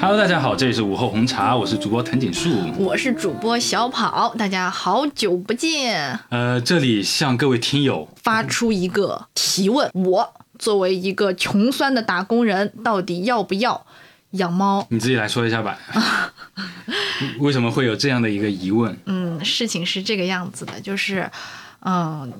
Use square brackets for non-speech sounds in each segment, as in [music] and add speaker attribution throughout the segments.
Speaker 1: Hello，大家好，这里是午后红茶，我是主播藤井树。
Speaker 2: 我是主播小跑，大家好久不见。
Speaker 1: 呃，这里向各位听友，
Speaker 2: 发出一个提问：我作为一个穷酸的打工人，到底要不要养猫？
Speaker 1: 你自己来说一下
Speaker 2: [laughs]
Speaker 1: 吧，为什么会有这样的一个疑问？
Speaker 2: 嗯，事情是这个样子的，就是，嗯，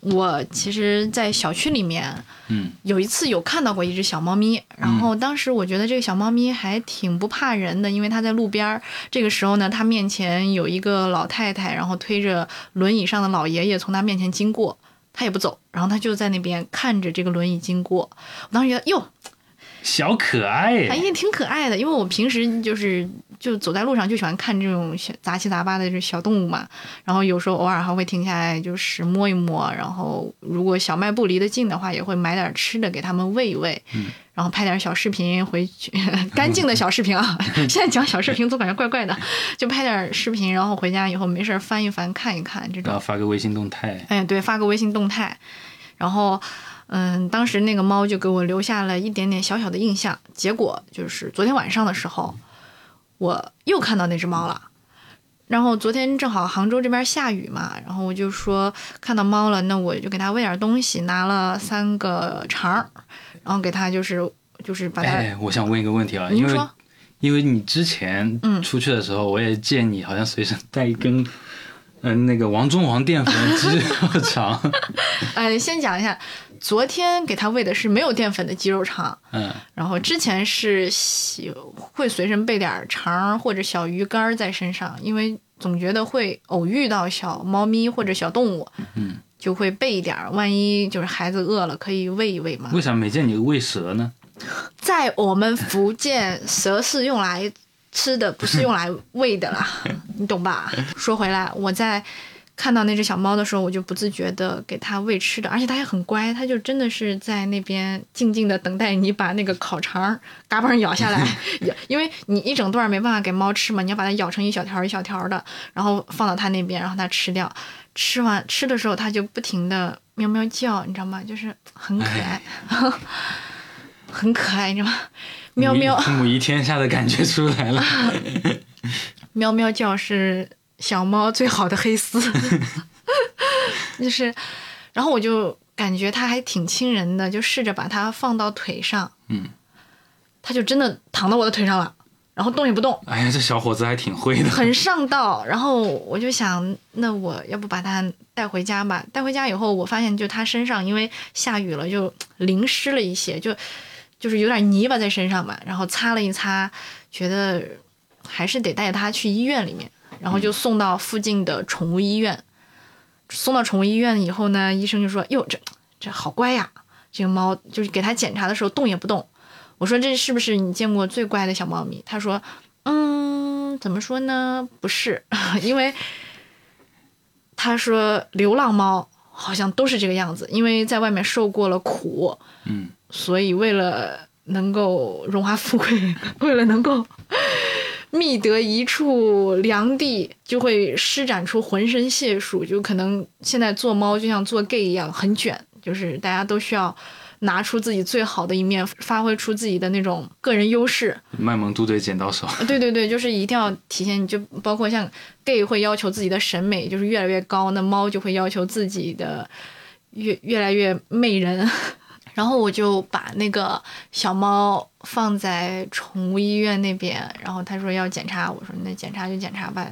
Speaker 2: 我其实，在小区里面
Speaker 1: 嗯
Speaker 2: 有一次有看到过一只小猫咪，然后当时我觉得这个小猫咪还挺不怕人的，因为它在路边儿。这个时候呢，它面前有一个老太太，然后推着轮椅上的老爷爷从它面前经过，它也不走，然后它就在那边看着这个轮椅经过。我当时觉得，哟，
Speaker 1: 小可爱，
Speaker 2: 哎也挺可爱的，因为我平时就是就走在路上就喜欢看这种小杂七杂八的这小动物嘛，然后有时候偶尔还会停下来就是摸一摸，然后如果小卖部离得近的话，也会买点吃的给它们喂一喂，然后拍点小视频回去， [laughs] 干净的小视频啊，现在讲小视频总感觉怪怪的，就拍点视频，然后回家以后没事儿翻一翻看一看这种
Speaker 1: 然后。发个微信动态，
Speaker 2: 哎，对，发个微信动态，然后，嗯，当时那个猫就给我留下了一点点小小的印象。结果就是昨天晚上的时候，我又看到那只猫了。然后昨天正好杭州这边下雨嘛，然后我就说看到猫了，那我就给它喂点东西，拿了三个肠儿，然后给它就是就是把它，
Speaker 1: 哎，我想问一个问题啊，因
Speaker 2: 您
Speaker 1: 为
Speaker 2: 说
Speaker 1: 因为你之前
Speaker 2: 嗯
Speaker 1: 出去的时候，我也见你好像随身带一根，嗯、那个王中王淀粉鸡肉肠，
Speaker 2: [laughs] 呃，先讲一下，昨天给它喂的是没有淀粉的鸡肉肠，
Speaker 1: 嗯，
Speaker 2: 然后之前是喜会随身备点儿肠儿或者小鱼干儿在身上，因为总觉得会偶遇到小猫咪或者小动物，
Speaker 1: 嗯，
Speaker 2: 就会备一点儿，万一就是孩子饿了可以喂一喂嘛。
Speaker 1: 为啥没见你喂蛇呢？
Speaker 2: 在我们福建，蛇是用来吃的，不是用来喂的啦，你懂吧？说回来，我在看到那只小猫的时候，我就不自觉的给它喂吃的，而且它还很乖，它就真的是在那边静静的等待你把那个烤肠儿嘎嘣咬下来，咬因为你一整段儿没办法给猫吃嘛，你要把它咬成一小条儿一小条儿的，然后放到它那边，然后它吃掉。吃完吃的时候，它就不停的喵喵叫，你知道吗？就是很可爱，很可爱，你知道吗？喵喵
Speaker 1: 母仪母仪天下的感觉出来了，
Speaker 2: 喵喵叫是小猫最好的黑丝， [laughs] 就是，然后我就感觉它还挺亲人的，就试着把它放到腿上，
Speaker 1: 嗯，
Speaker 2: 它就真的躺到我的腿上了，然后动也不动，
Speaker 1: 哎呀，这小伙子还挺会的，
Speaker 2: [laughs] 很上道。然后我就想，那我要不把它带回家吧？带回家以后，我发现就它身上因为下雨了，就淋湿了一些，就就是有点泥巴在身上嘛。然后擦了一擦，觉得还是得带它去医院里面，然后就送到附近的宠物医院。送到宠物医院以后呢，医生就说：“哟，这这好乖呀，这个猫就是给它检查的时候动也不动。”我说：“这是不是你见过最乖的小猫咪？”他说：“嗯，怎么说呢？不是， [laughs] 因为他说流浪猫好像都是这个样子，因为在外面受过了苦，
Speaker 1: 嗯。
Speaker 2: 所以为了能够荣华富贵， [laughs] 为了能够觅得一处良地，就会施展出浑身解数。就可能现在做猫就像做 gay 一样很卷，就是大家都需要拿出自己最好的一面，发挥出自己的那种个人优势。
Speaker 1: 卖萌猪队剪刀手，
Speaker 2: 对对对，就是一定要体现，就包括像 gay 会要求自己的审美就是越来越高，那猫就会要求自己的越越来越媚人。 [laughs] 然后我就把那个小猫放在宠物医院那边，然后他说要检查，我说那检查就检查吧。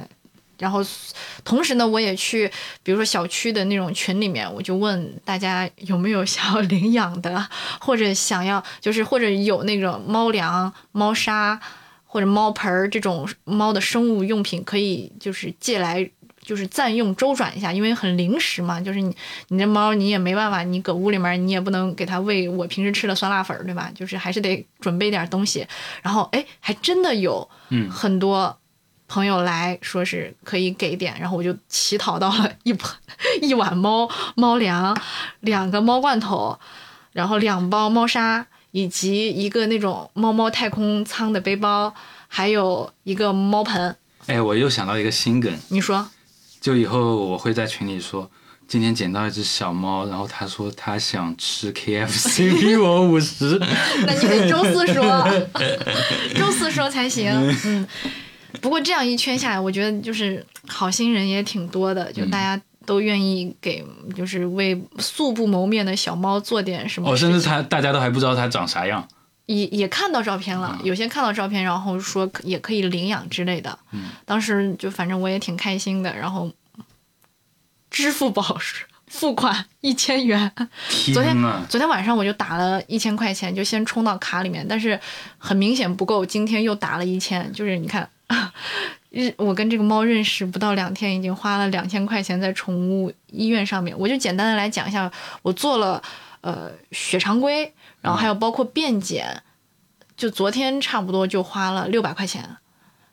Speaker 2: 然后，同时呢，我也去，比如说小区的那种群里面，我就问大家有没有想要领养的，或者想要就是或者有那种猫粮、猫砂或者猫盆儿这种猫的生物用品，可以就是借来。就是暂用周转一下，因为很临时嘛，就是你你这猫你也没办法，你搁屋里面你也不能给它喂我平时吃的酸辣粉儿，对吧？就是还是得准备点东西。然后哎，还真的有
Speaker 1: 嗯
Speaker 2: 很多朋友来说是可以给点，然后我就乞讨到了一盆一碗猫猫粮，两个猫罐头，然后两包猫砂，以及一个那种猫猫太空舱的背包，还有一个猫盆。
Speaker 1: [laughs] 哎，我又想到一个新梗，
Speaker 2: 你说
Speaker 1: 就以后我会在群里说，今天捡到一只小猫，然后他说他想吃 KFC，逼
Speaker 2: [laughs]
Speaker 1: 我五十。
Speaker 2: 那你得周四
Speaker 1: [laughs]
Speaker 2: 说，周四说才行。嗯，不过这样一圈下来，我觉得就是好心人也挺多的，就
Speaker 1: 嗯
Speaker 2: 大家都愿意给，就是为素不谋面的小猫做点什么
Speaker 1: 哦，
Speaker 2: 事情。
Speaker 1: 甚至他大家都还不知道他长啥样。
Speaker 2: 也也看到照片了，
Speaker 1: 啊
Speaker 2: 有些看到照片，然后说可也可以领养之类的。
Speaker 1: 嗯
Speaker 2: 当时就反正我也挺开心的，然后支付宝是付款一千元，
Speaker 1: 天
Speaker 2: 昨天
Speaker 1: 啊，
Speaker 2: 昨天晚上我就打了一千块钱，就先充到卡里面，但是很明显不够，今天又打了一千，就是你看， [laughs] 日我跟这个猫认识不到两天，已经花了两千块钱在宠物医院上面。我就简单的来讲一下，我做了呃血常规，然后还有包括便检，就昨天差不多就花了六百块钱。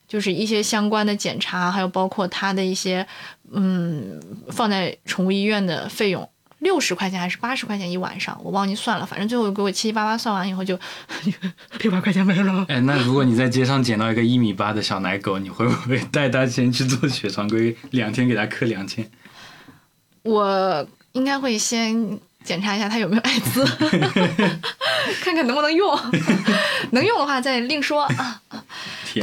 Speaker 2: 就是一些相关的检查，还有包括它的一些，嗯，放在宠物医院的费用，六十块钱还是八十块钱一晚上，我忘记算了，反正最后给我七七八八算完以后就 [laughs] 六百块钱没了。
Speaker 1: 哎，那如果你在街上捡到一个一米八的小奶狗，你会不会带它先去做血常规，两天给它刻两千？
Speaker 2: [laughs] 我应该会先检查一下它有没有艾滋， [laughs] 看看能不能用， [laughs] 能用的话再另说。
Speaker 1: 天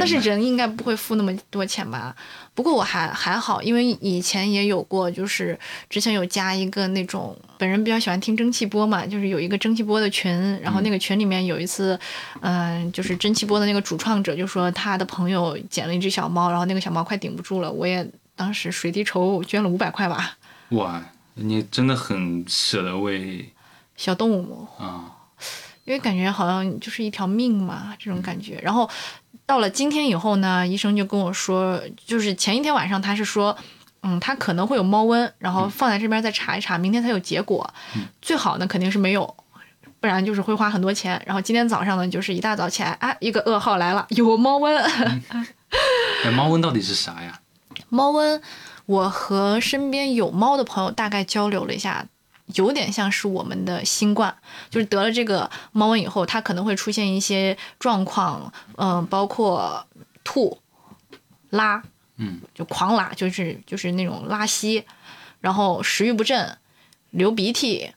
Speaker 1: 哪
Speaker 2: 但是人应该不会付那么多钱吧？不过我还还好，因为以前也有过，就是之前有加一个那种，本人比较喜欢听蒸汽波嘛，就是有一个蒸汽波的群，然后那个群里面有一次，嗯、就是蒸汽波的那个主创者就说他的朋友捡了一只小猫，然后那个小猫快顶不住了，我也当时水滴筹捐了五百块吧，
Speaker 1: 哇，你真的很舍得为
Speaker 2: 小动物
Speaker 1: 啊、
Speaker 2: 因为感觉好像就是一条命嘛，这种感觉。然后到了今天以后呢，医生就跟我说，就是前一天晚上他是说，嗯，他可能会有猫瘟，然后放在这边再查一查，明天才有结果。最好呢肯定是没有，不然就是会花很多钱。然后今天早上呢，就是一大早起来啊，一个噩耗来了，有猫瘟。
Speaker 1: 哎，猫瘟到底是啥呀？
Speaker 2: 猫瘟，我和身边有猫的朋友大概交流了一下，有点像是我们的新冠，就是得了这个猫瘟以后，它可能会出现一些状况，嗯、包括吐、拉，
Speaker 1: 嗯，
Speaker 2: 就狂拉，就是就是那种拉稀，然后食欲不振、流鼻涕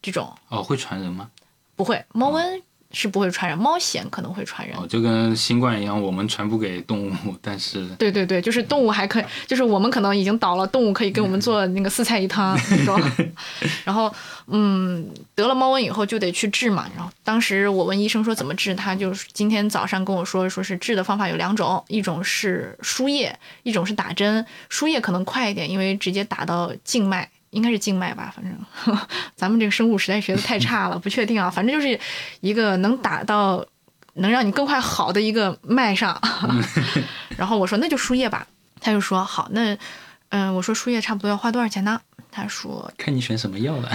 Speaker 2: 这种
Speaker 1: 哦，会传人吗？
Speaker 2: 不会，猫瘟是不会传人，猫癣可能会传人。
Speaker 1: 哦，就跟新冠一样，我们传不给动物，但是
Speaker 2: 对对对，就是动物还可以，就是我们可能已经倒了，动物可以给我们做那个四菜一 [laughs] 汤那种。然后，嗯，得了猫瘟以后就得去治嘛。然后当时我问医生说怎么治，他就是今天早上跟我说，说是治的方法有两种，一种是输液，一种是打针。输液可能快一点，因为直接打到静脉。应该是静脉吧，反正 [laughs] 咱们这个生物实在学的太差了，不确定啊。反正就是一个能打到，能让你更快好的一个脉上，然后我说那就输液吧，他就说好，那嗯、我说输液差不多要花多少钱呢？他说
Speaker 1: [laughs] 看你选什么药了。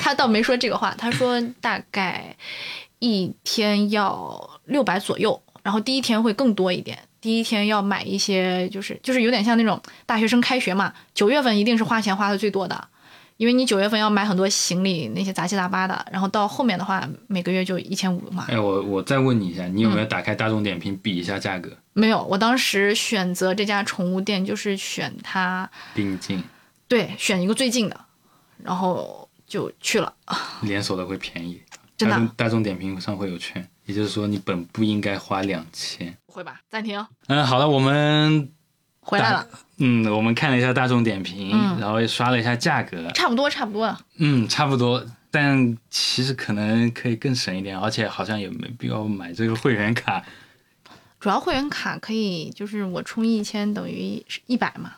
Speaker 2: 他倒没说这个话，他说大概一天要六百左右，然后第一天会更多一点。第一天要买一些，就是就是有点像那种大学生开学嘛，九月份一定是花钱花的最多的，因为你九月份要买很多行李那些杂七杂八的，然后到后面的话每个月就一千五嘛。
Speaker 1: 哎，我我再问你一下，你有没有
Speaker 2: 嗯
Speaker 1: 打开大众点评比一下价格？
Speaker 2: 没有，我当时选择这家宠物店就是选它
Speaker 1: 比你近，
Speaker 2: 对，选一个最近的，然后就去了。
Speaker 1: 连锁的会便宜。
Speaker 2: 真的
Speaker 1: 大
Speaker 2: 啊
Speaker 1: 众大众点评上会有券，也就是说你本不应该花两千。
Speaker 2: 不会吧？暂停，
Speaker 1: 嗯，好了，我们
Speaker 2: 回来了，
Speaker 1: 嗯，我们看了一下大众点评，
Speaker 2: 嗯
Speaker 1: 然后也刷了一下价格，
Speaker 2: 差不多，差不多。
Speaker 1: 嗯，差不多。但其实可能可以更省一点，而且好像也没必要买这个会员卡。
Speaker 2: 主要会员卡可以，就是我充一千等于一百嘛。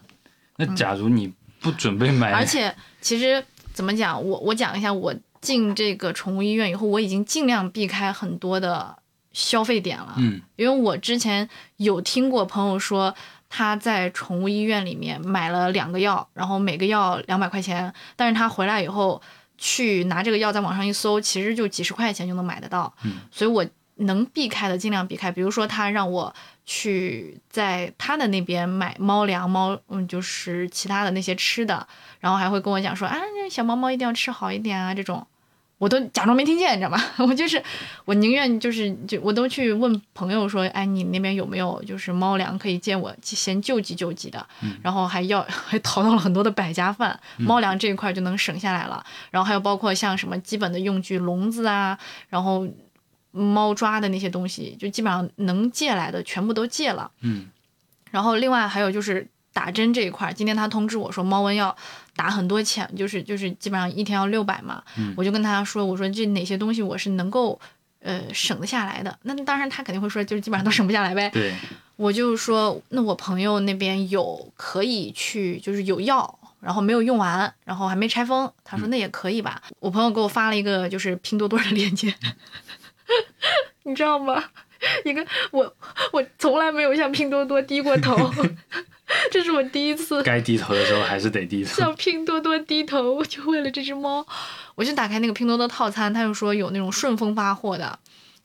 Speaker 1: 那假如你不准备买，
Speaker 2: 嗯而且其实怎么讲，我我讲一下，我进这个宠物医院以后，我已经尽量避开很多的消费点了。
Speaker 1: 嗯，
Speaker 2: 因为我之前有听过朋友说，他在宠物医院里面买了两个药，然后每个药两百块钱，但是他回来以后去拿这个药在网上一搜，其实就几十块钱就能买得到。
Speaker 1: 嗯，
Speaker 2: 所以我能避开的尽量避开，比如说他让我去在他的那边买猫粮、猫嗯就是其他的那些吃的，然后还会跟我讲说啊，那小猫猫一定要吃好一点啊这种。我都假装没听见，你知道吗？ [laughs] 我就是我宁愿就是就我都去问朋友说，哎，你那边有没有就是猫粮可以借我先救济救济的？然后还要 [laughs] 还淘到了很多的百家饭，猫粮这一块就能省下来了。然后还有包括像什么基本的用具，笼子啊，然后猫抓的那些东西，就基本上能借来的全部都借了。
Speaker 1: 嗯
Speaker 2: 然后另外还有就是打针这一块儿，今天他通知我说猫瘟要打很多钱，就是就是基本上一天要六百嘛，
Speaker 1: 嗯
Speaker 2: 我就跟他说，我说这哪些东西我是能够。呃，省得下来的，那当然他肯定会说，就是基本上都省不下来呗。
Speaker 1: 对，
Speaker 2: 我就说，那我朋友那边有可以去，就是有药，然后没有用完，然后还没拆封。他说那也可以吧。我朋友给我发了一个就是拼多多的链接， [laughs] 你知道吗？一个我我从来没有向拼多多低过头，这是我第一
Speaker 1: [laughs]
Speaker 2: 次
Speaker 1: 该低头的时候还是得低头。
Speaker 2: 向拼多多低头，就为了这只猫。我就打开那个拼多多套餐，它就说有那种顺丰发货的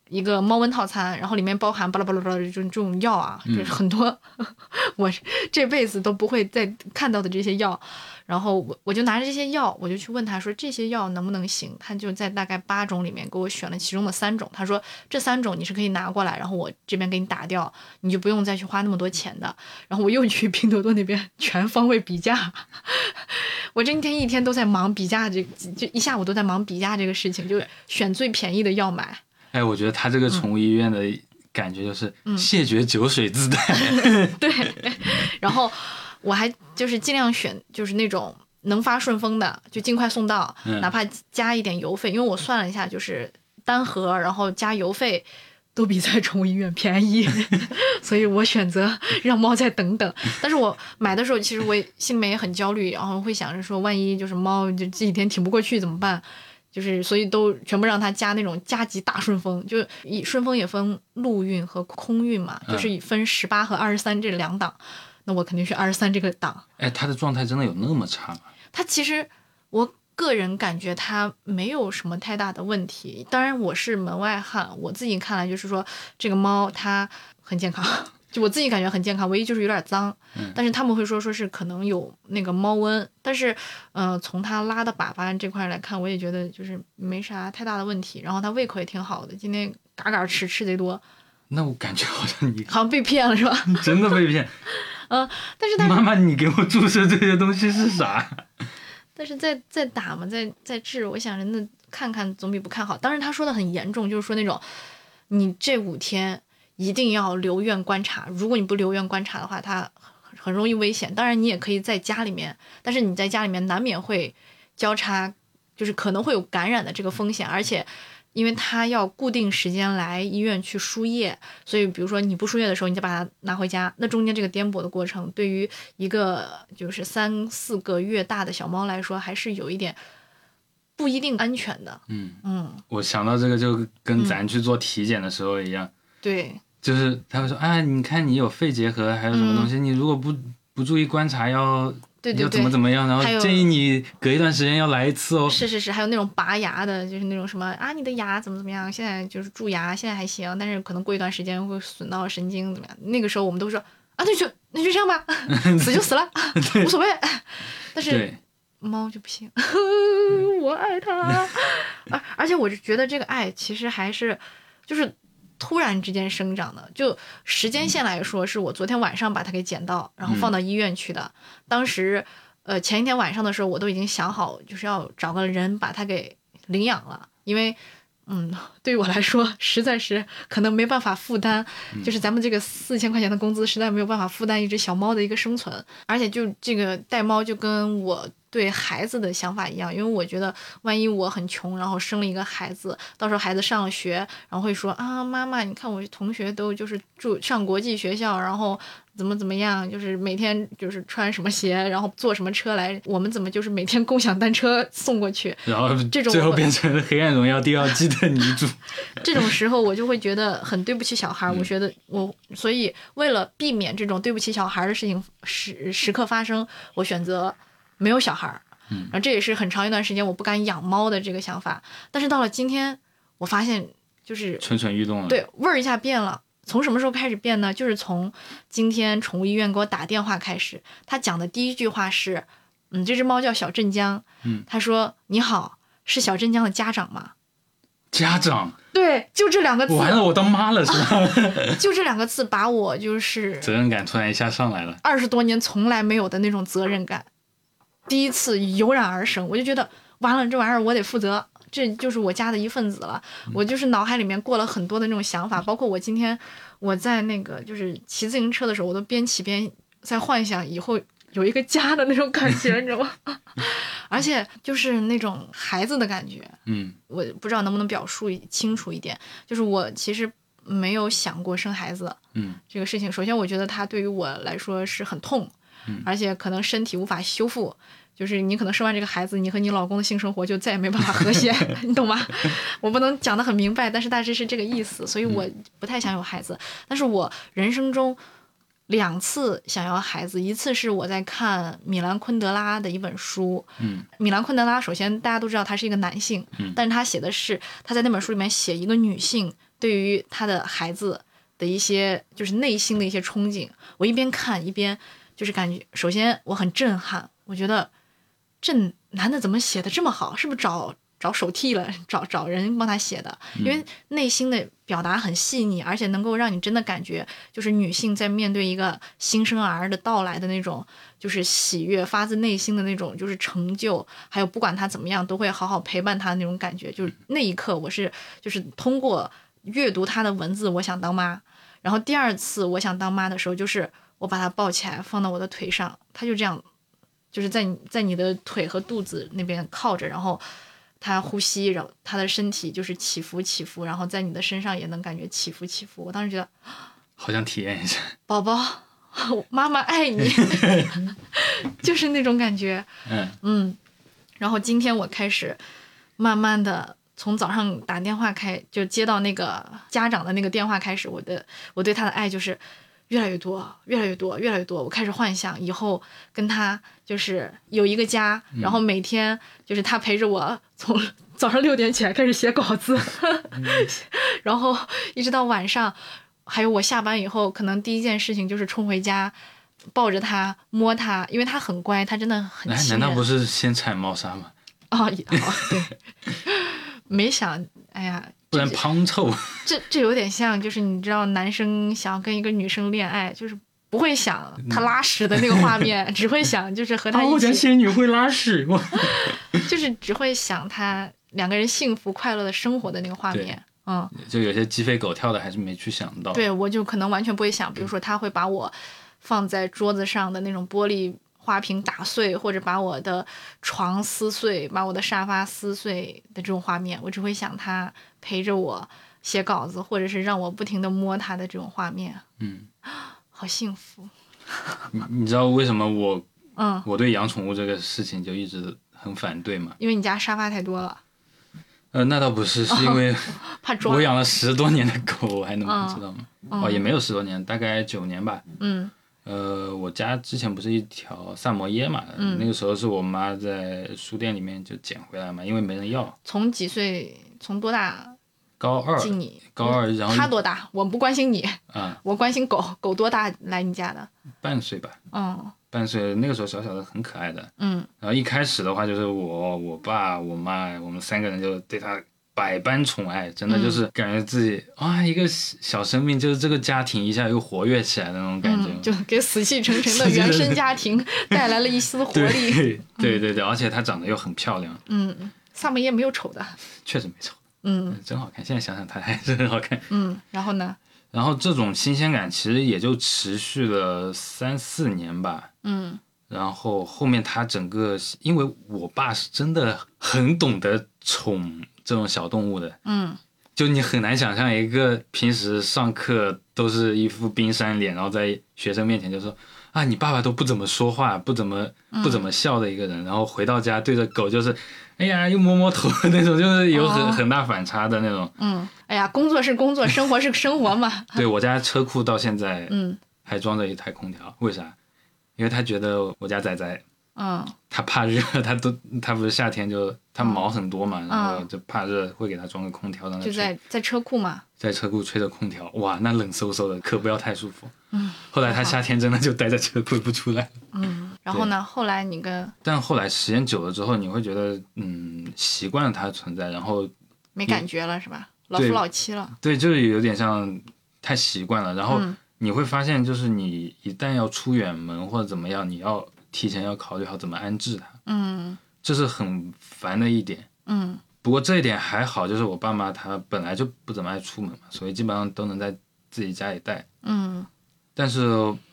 Speaker 2: 一个猫瘟套餐，然后里面包含巴拉巴拉巴拉这种这种药啊，就是很多、 [laughs] 我这辈子都不会再看到的这些药。然后我我就拿着这些药，我就去问他说这些药能不能行？他就在大概八种里面给我选了其中的三种，他说这三种你是可以拿过来，然后我这边给你打掉，你就不用再去花那么多钱的。然后我又去拼多多那边全方位比价， [laughs] 我今天一天都在忙比价这，就一下午都在忙比价这个事情，就选最便宜的药买。
Speaker 1: 哎，我觉得他这个
Speaker 2: 嗯
Speaker 1: 宠物医院的感觉就是谢绝酒水自带， [laughs]
Speaker 2: 对，然后我还就是尽量选就是那种能发顺丰的，就尽快送到，
Speaker 1: 嗯
Speaker 2: 哪怕加一点邮费，因为我算了一下，就是单盒然后加邮费。都比在宠物医院便宜， [laughs] 所以我选择让猫再等等。但是我买的时候，其实我也心里面也很焦虑，然后会想着说，万一就是猫就这几天挺不过去怎么办？就是所以都全部让它加那种加急大顺丰，就以顺丰也分陆运和空运嘛，
Speaker 1: 嗯
Speaker 2: 就是以分十八和二十三这两档。那我肯定是二十三这个档。
Speaker 1: 哎，他的状态真的有那么差吗？
Speaker 2: 它其实我个人感觉它没有什么太大的问题。当然我是门外汉，我自己看来就是说这个猫它很健康， [laughs] 就我自己感觉很健康，唯一就是有点脏。
Speaker 1: 嗯
Speaker 2: 但是他们会说说是可能有那个猫瘟，但是呃从它拉的粑粑这块来看，我也觉得就是没啥太大的问题。然后它胃口也挺好的，今天嘎嘎吃吃贼多，
Speaker 1: 那我感觉好像
Speaker 2: [laughs]
Speaker 1: 你
Speaker 2: 好像被骗了是吧？
Speaker 1: 真的被骗。
Speaker 2: 呃但是它
Speaker 1: 妈妈，你给我注射这些东西是啥？
Speaker 2: 但是再再打嘛，再再治，我想着那看看总比不看好。当时他说的很严重，就是说那种你这五天一定要留院观察，如果你不留院观察的话，它很很容易危险。当然你也可以在家里面，但是你在家里面难免会交叉，就是可能会有感染的这个风险，而且。因为它要固定时间来医院去输液，所以比如说你不输液的时候，你就把它拿回家，那中间这个颠簸的过程，对于一个就是三四个月大的小猫来说，还是有一点不一定安全的。
Speaker 1: 嗯，
Speaker 2: 嗯，
Speaker 1: 我想到这个就跟咱去做体检的时候一样，
Speaker 2: 对，
Speaker 1: 就是他会说，哎，你看你有肺结核，还有什么东西，你如果不不注意观察要，
Speaker 2: 嗯对
Speaker 1: 要
Speaker 2: 对
Speaker 1: 怎么
Speaker 2: 对，
Speaker 1: 怎么样，然后
Speaker 2: 还有
Speaker 1: 建议你隔一段时间要来一次哦。
Speaker 2: 是是是，还有那种拔牙的，就是那种什么啊，你的牙怎么怎么样，现在就是蛀牙，现在还行，但是可能过一段时间会损到神经怎么样？那个时候我们都说啊，那就那就这样吧， [laughs] 死就死
Speaker 1: [laughs]
Speaker 2: 了，无所谓。 [laughs] 但是
Speaker 1: 对，
Speaker 2: 猫就不行， [laughs] 我爱它，而而且我就觉得这个爱其实还是就是突然之间生长的，就时间线来说，是我昨天晚上把它给捡到，然后放到医院去的。当时呃前一天晚上的时候，我都已经想好就是要找个人把它给领养了，因为。嗯，对于我来说，实在是可能没办法负担，就是咱们这个四千块钱的工资，实在没有办法负担一只小猫的一个生存。而且就这个带猫，就跟我对孩子的想法一样，因为我觉得万一我很穷，然后生了一个孩子，到时候孩子上了学，然后会说啊，妈妈，你看我同学都就是住上国际学校，然后怎么怎么样，就是每天就是穿什么鞋，然后坐什么车来，我们怎么就是每天共享单车送过去？
Speaker 1: 然后
Speaker 2: 这种
Speaker 1: 最后
Speaker 2: 我
Speaker 1: 变成了《黑暗荣耀》第二季的女主。
Speaker 2: 这种时候我就会觉得很对不起小孩
Speaker 1: 嗯
Speaker 2: 儿，我觉得我所以为了避免这种对不起小孩儿的事情时时刻发生，我选择没有小孩儿。
Speaker 1: 嗯
Speaker 2: 然后这也是很长一段时间我不敢养猫的这个想法，但是到了今天，我发现就是
Speaker 1: [laughs] 蠢蠢欲动了。，
Speaker 2: 对味儿一下变了。从什么时候开始变呢？就是从今天宠物医院给我打电话开始，他讲的第一句话是：“嗯，这只猫叫小镇江。”
Speaker 1: 嗯，
Speaker 2: 他说：“你好，是小镇江的家长嘛？
Speaker 1: 家长
Speaker 2: 对，就这两个字，
Speaker 1: 完了，我当妈了是
Speaker 2: [laughs]
Speaker 1: 吧？
Speaker 2: 就这两个字把我就是
Speaker 1: 责任感突然一下上来了，
Speaker 2: 二十多年从来没有的那种责任感，第一次油然而生，我就觉得完了，这玩意儿我得负责，这就是我家的一份子了。我就是脑海里面过了很多的那种想法，包括我今天我在那个就是骑自行车的时候，我都边骑边在幻想以后有一个家的那种感觉，你知道吗？而且就是那种孩子的感觉，
Speaker 1: 嗯
Speaker 2: 我不知道能不能表述清楚一点，就是我其实没有想过生孩子。
Speaker 1: 嗯
Speaker 2: 这个事情，首先我觉得它对于我来说是很痛，
Speaker 1: 嗯
Speaker 2: 而且可能身体无法修复。就是你可能生完这个孩子，你和你老公的性生活就再也没办法和谐， [laughs] 你懂吗？我不能讲得很明白，但是大致是这个意思，所以我不太想有孩子。但是我人生中两次想要孩子，一次是我在看米兰昆德拉的一本书，
Speaker 1: 嗯
Speaker 2: 米兰昆德拉，首先大家都知道他是一个男性，
Speaker 1: 嗯
Speaker 2: 但是他写的是他在那本书里面写一个女性对于她的孩子的一些就是内心的一些憧憬。我一边看一边就是感觉，首先我很震撼，我觉得这男的怎么写的这么好？是不是找找手替了，找找人帮他写的？
Speaker 1: 嗯
Speaker 2: 因为内心的表达很细腻，而且能够让你真的感觉，就是女性在面对一个新生儿的到来的那种，就是喜悦，发自内心的那种，就是成就，还有不管她怎么样，都会好好陪伴她的那种感觉。就是那一刻，我是就是通过阅读她的文字，我想当妈。然后第二次我想当妈的时候，就是我把她抱起来放到我的腿上，她就这样，就是在你在你的腿和肚子那边靠着，然后他呼吸，然后他的身体就是起伏起伏，然后在你的身上也能感觉起伏起伏。我当时觉得，
Speaker 1: 好想体验一下，
Speaker 2: 宝 [laughs] 宝，我妈妈爱你， [laughs] 就是那种感觉。
Speaker 1: 嗯
Speaker 2: 嗯，然后今天我开始慢慢的从早上打电话开，就接到那个家长的那个电话开始，我的我对他的爱就是越来越多，越来越多，越来越多。我开始幻想以后跟他就是有一个家，
Speaker 1: 嗯
Speaker 2: 然后每天就是他陪着我从。 [laughs] 早上六点起来开始写稿子，
Speaker 1: 嗯
Speaker 2: [laughs] 然后一直到晚上，还有我下班以后，可能第一件事情就是冲回家，抱着他摸他，因为他很乖，他真的很
Speaker 1: 哎，
Speaker 2: 亲
Speaker 1: 难
Speaker 2: 人。
Speaker 1: 道不是先铲猫砂吗？
Speaker 2: [laughs] 啊、也好对，没想，哎呀，
Speaker 1: 不然胖臭，
Speaker 2: 这这有点像，就是你知道，男生想要跟一个女生恋爱，就是不会想他拉屎的那个画面，只会想就是
Speaker 1: [laughs]
Speaker 2: 和他
Speaker 1: 啊我
Speaker 2: 一
Speaker 1: 家
Speaker 2: 起，
Speaker 1: 仙女会拉屎，我
Speaker 2: 就是只会想他两个人幸福快乐的生活的那个画
Speaker 1: 对
Speaker 2: 面。嗯，
Speaker 1: 就有些鸡飞狗跳的，还是没去想到。
Speaker 2: 对我就可能完全不会想，比如说他会把我放在桌子上的那种玻璃花瓶打碎，或者把我的床撕碎，把我的沙发撕碎的这种画面，我只会想他陪着我写稿子，或者是让我不停的摸他的这种画面，
Speaker 1: 嗯，
Speaker 2: 好幸福。
Speaker 1: 你你知道为什么我
Speaker 2: 嗯，
Speaker 1: 我对养宠物这个事情就一直很反对嘛？
Speaker 2: 因为你家沙发太多了，
Speaker 1: 呃，那倒不是，是因
Speaker 2: 哦
Speaker 1: 为
Speaker 2: 怕抓
Speaker 1: 我。养了十多年的狗，我还能
Speaker 2: 嗯
Speaker 1: 不知道吗？哦，也没有十多年，大概九年吧。
Speaker 2: 嗯
Speaker 1: 呃，我家之前不是一条萨摩耶嘛，
Speaker 2: 嗯
Speaker 1: 那个时候是我妈在书店里面就捡回来嘛，因为没人要。
Speaker 2: 从几岁，从多大
Speaker 1: 高二，
Speaker 2: 进你？
Speaker 1: 高二，然后
Speaker 2: 他多大？我不关心你，
Speaker 1: 啊、
Speaker 2: 我关心狗。狗多大来你家的？
Speaker 1: 半岁吧，
Speaker 2: 嗯
Speaker 1: 半岁那个时候小小的，很可爱的。
Speaker 2: 嗯
Speaker 1: 然后一开始的话，就是我、我爸、我妈，我们三个人就对它百般宠爱，真的
Speaker 2: 嗯
Speaker 1: 就是感觉自己、啊，一个小生命，就是这个家庭一下又活跃起来的那种感觉。
Speaker 2: 嗯，就给死气沉沉的原生家 [laughs] 庭带来了一丝活力。
Speaker 1: 对 [laughs] 对对对，而且它长得又很漂亮，
Speaker 2: 嗯，萨摩耶没有丑的。
Speaker 1: 确实没错，
Speaker 2: 嗯
Speaker 1: 真好看。现在想想它还 [laughs] 是很好看。
Speaker 2: 嗯，然后呢？
Speaker 1: 然后这种新鲜感其实也就持续了三四年吧。
Speaker 2: 嗯
Speaker 1: 然后后面他整个，因为我爸是真的很懂得宠这种小动物的，
Speaker 2: 嗯
Speaker 1: 就你很难想象一个平时上课都是一副冰山脸，然后在学生面前就说啊，你爸爸都不怎么说话，不怎么
Speaker 2: 嗯
Speaker 1: 不怎么笑的一个人，然后回到家对着狗就是，哎呀，又摸摸头 [laughs] 那种，就是有很、
Speaker 2: 哦
Speaker 1: 很大反差的那种。
Speaker 2: 嗯，哎呀，工作是工作，生活是生活嘛。
Speaker 1: 对
Speaker 2: [laughs]
Speaker 1: 我家车库到现在
Speaker 2: 嗯
Speaker 1: 还装着一台空调，为啥？因为他觉得我家仔仔
Speaker 2: 嗯
Speaker 1: 它怕热， [laughs] 它都它不是夏天就它毛很多嘛，然后就怕热，会给它装个空调，让它
Speaker 2: 嗯就
Speaker 1: 吹
Speaker 2: 在在车库嘛。
Speaker 1: 在车库吹着空调，哇，那冷飕飕的，可不要太舒服。
Speaker 2: 嗯，
Speaker 1: 后来它夏天真的就待在车库不出来。
Speaker 2: 然后呢，后来你跟
Speaker 1: 但后来时间久了之后，你会觉得，嗯，习惯了它的存在，然后
Speaker 2: 没感觉了是吧？老夫
Speaker 1: 对
Speaker 2: 老妻了，
Speaker 1: 对，就是有点像太习惯了，然后你会发现，就是你一旦要出远门或者怎么样，你要提前要考虑好怎么安置它，
Speaker 2: 嗯
Speaker 1: 这是很烦的一点。
Speaker 2: 嗯
Speaker 1: 不过这一点还好，就是我爸妈他本来就不怎么爱出门嘛，所以基本上都能在自己家里带。
Speaker 2: 嗯
Speaker 1: 但是，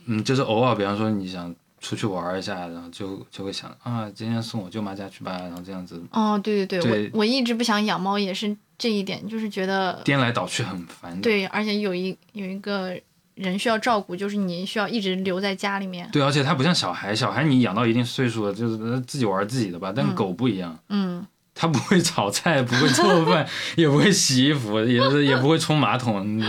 Speaker 1: 嗯，就是偶尔，比方说你想出去玩一下，然后就就会想啊，今天送我舅妈家去吧，然后这样子
Speaker 2: 哦，对对对，
Speaker 1: 对
Speaker 2: 我我一直不想养猫，也是这一点，就是觉得
Speaker 1: 颠来倒去很烦的。
Speaker 2: 对，而且有一有一个人需要照顾，就是你需要一直留在家里面。
Speaker 1: 对，而且它不像小孩，小孩你养到一定岁数了，就是呃自己玩自己的吧。但狗不一样，
Speaker 2: 嗯，
Speaker 1: 它不会炒菜，不会做
Speaker 2: [laughs]
Speaker 1: 饭，也不会洗衣服，也是也不会冲马桶。你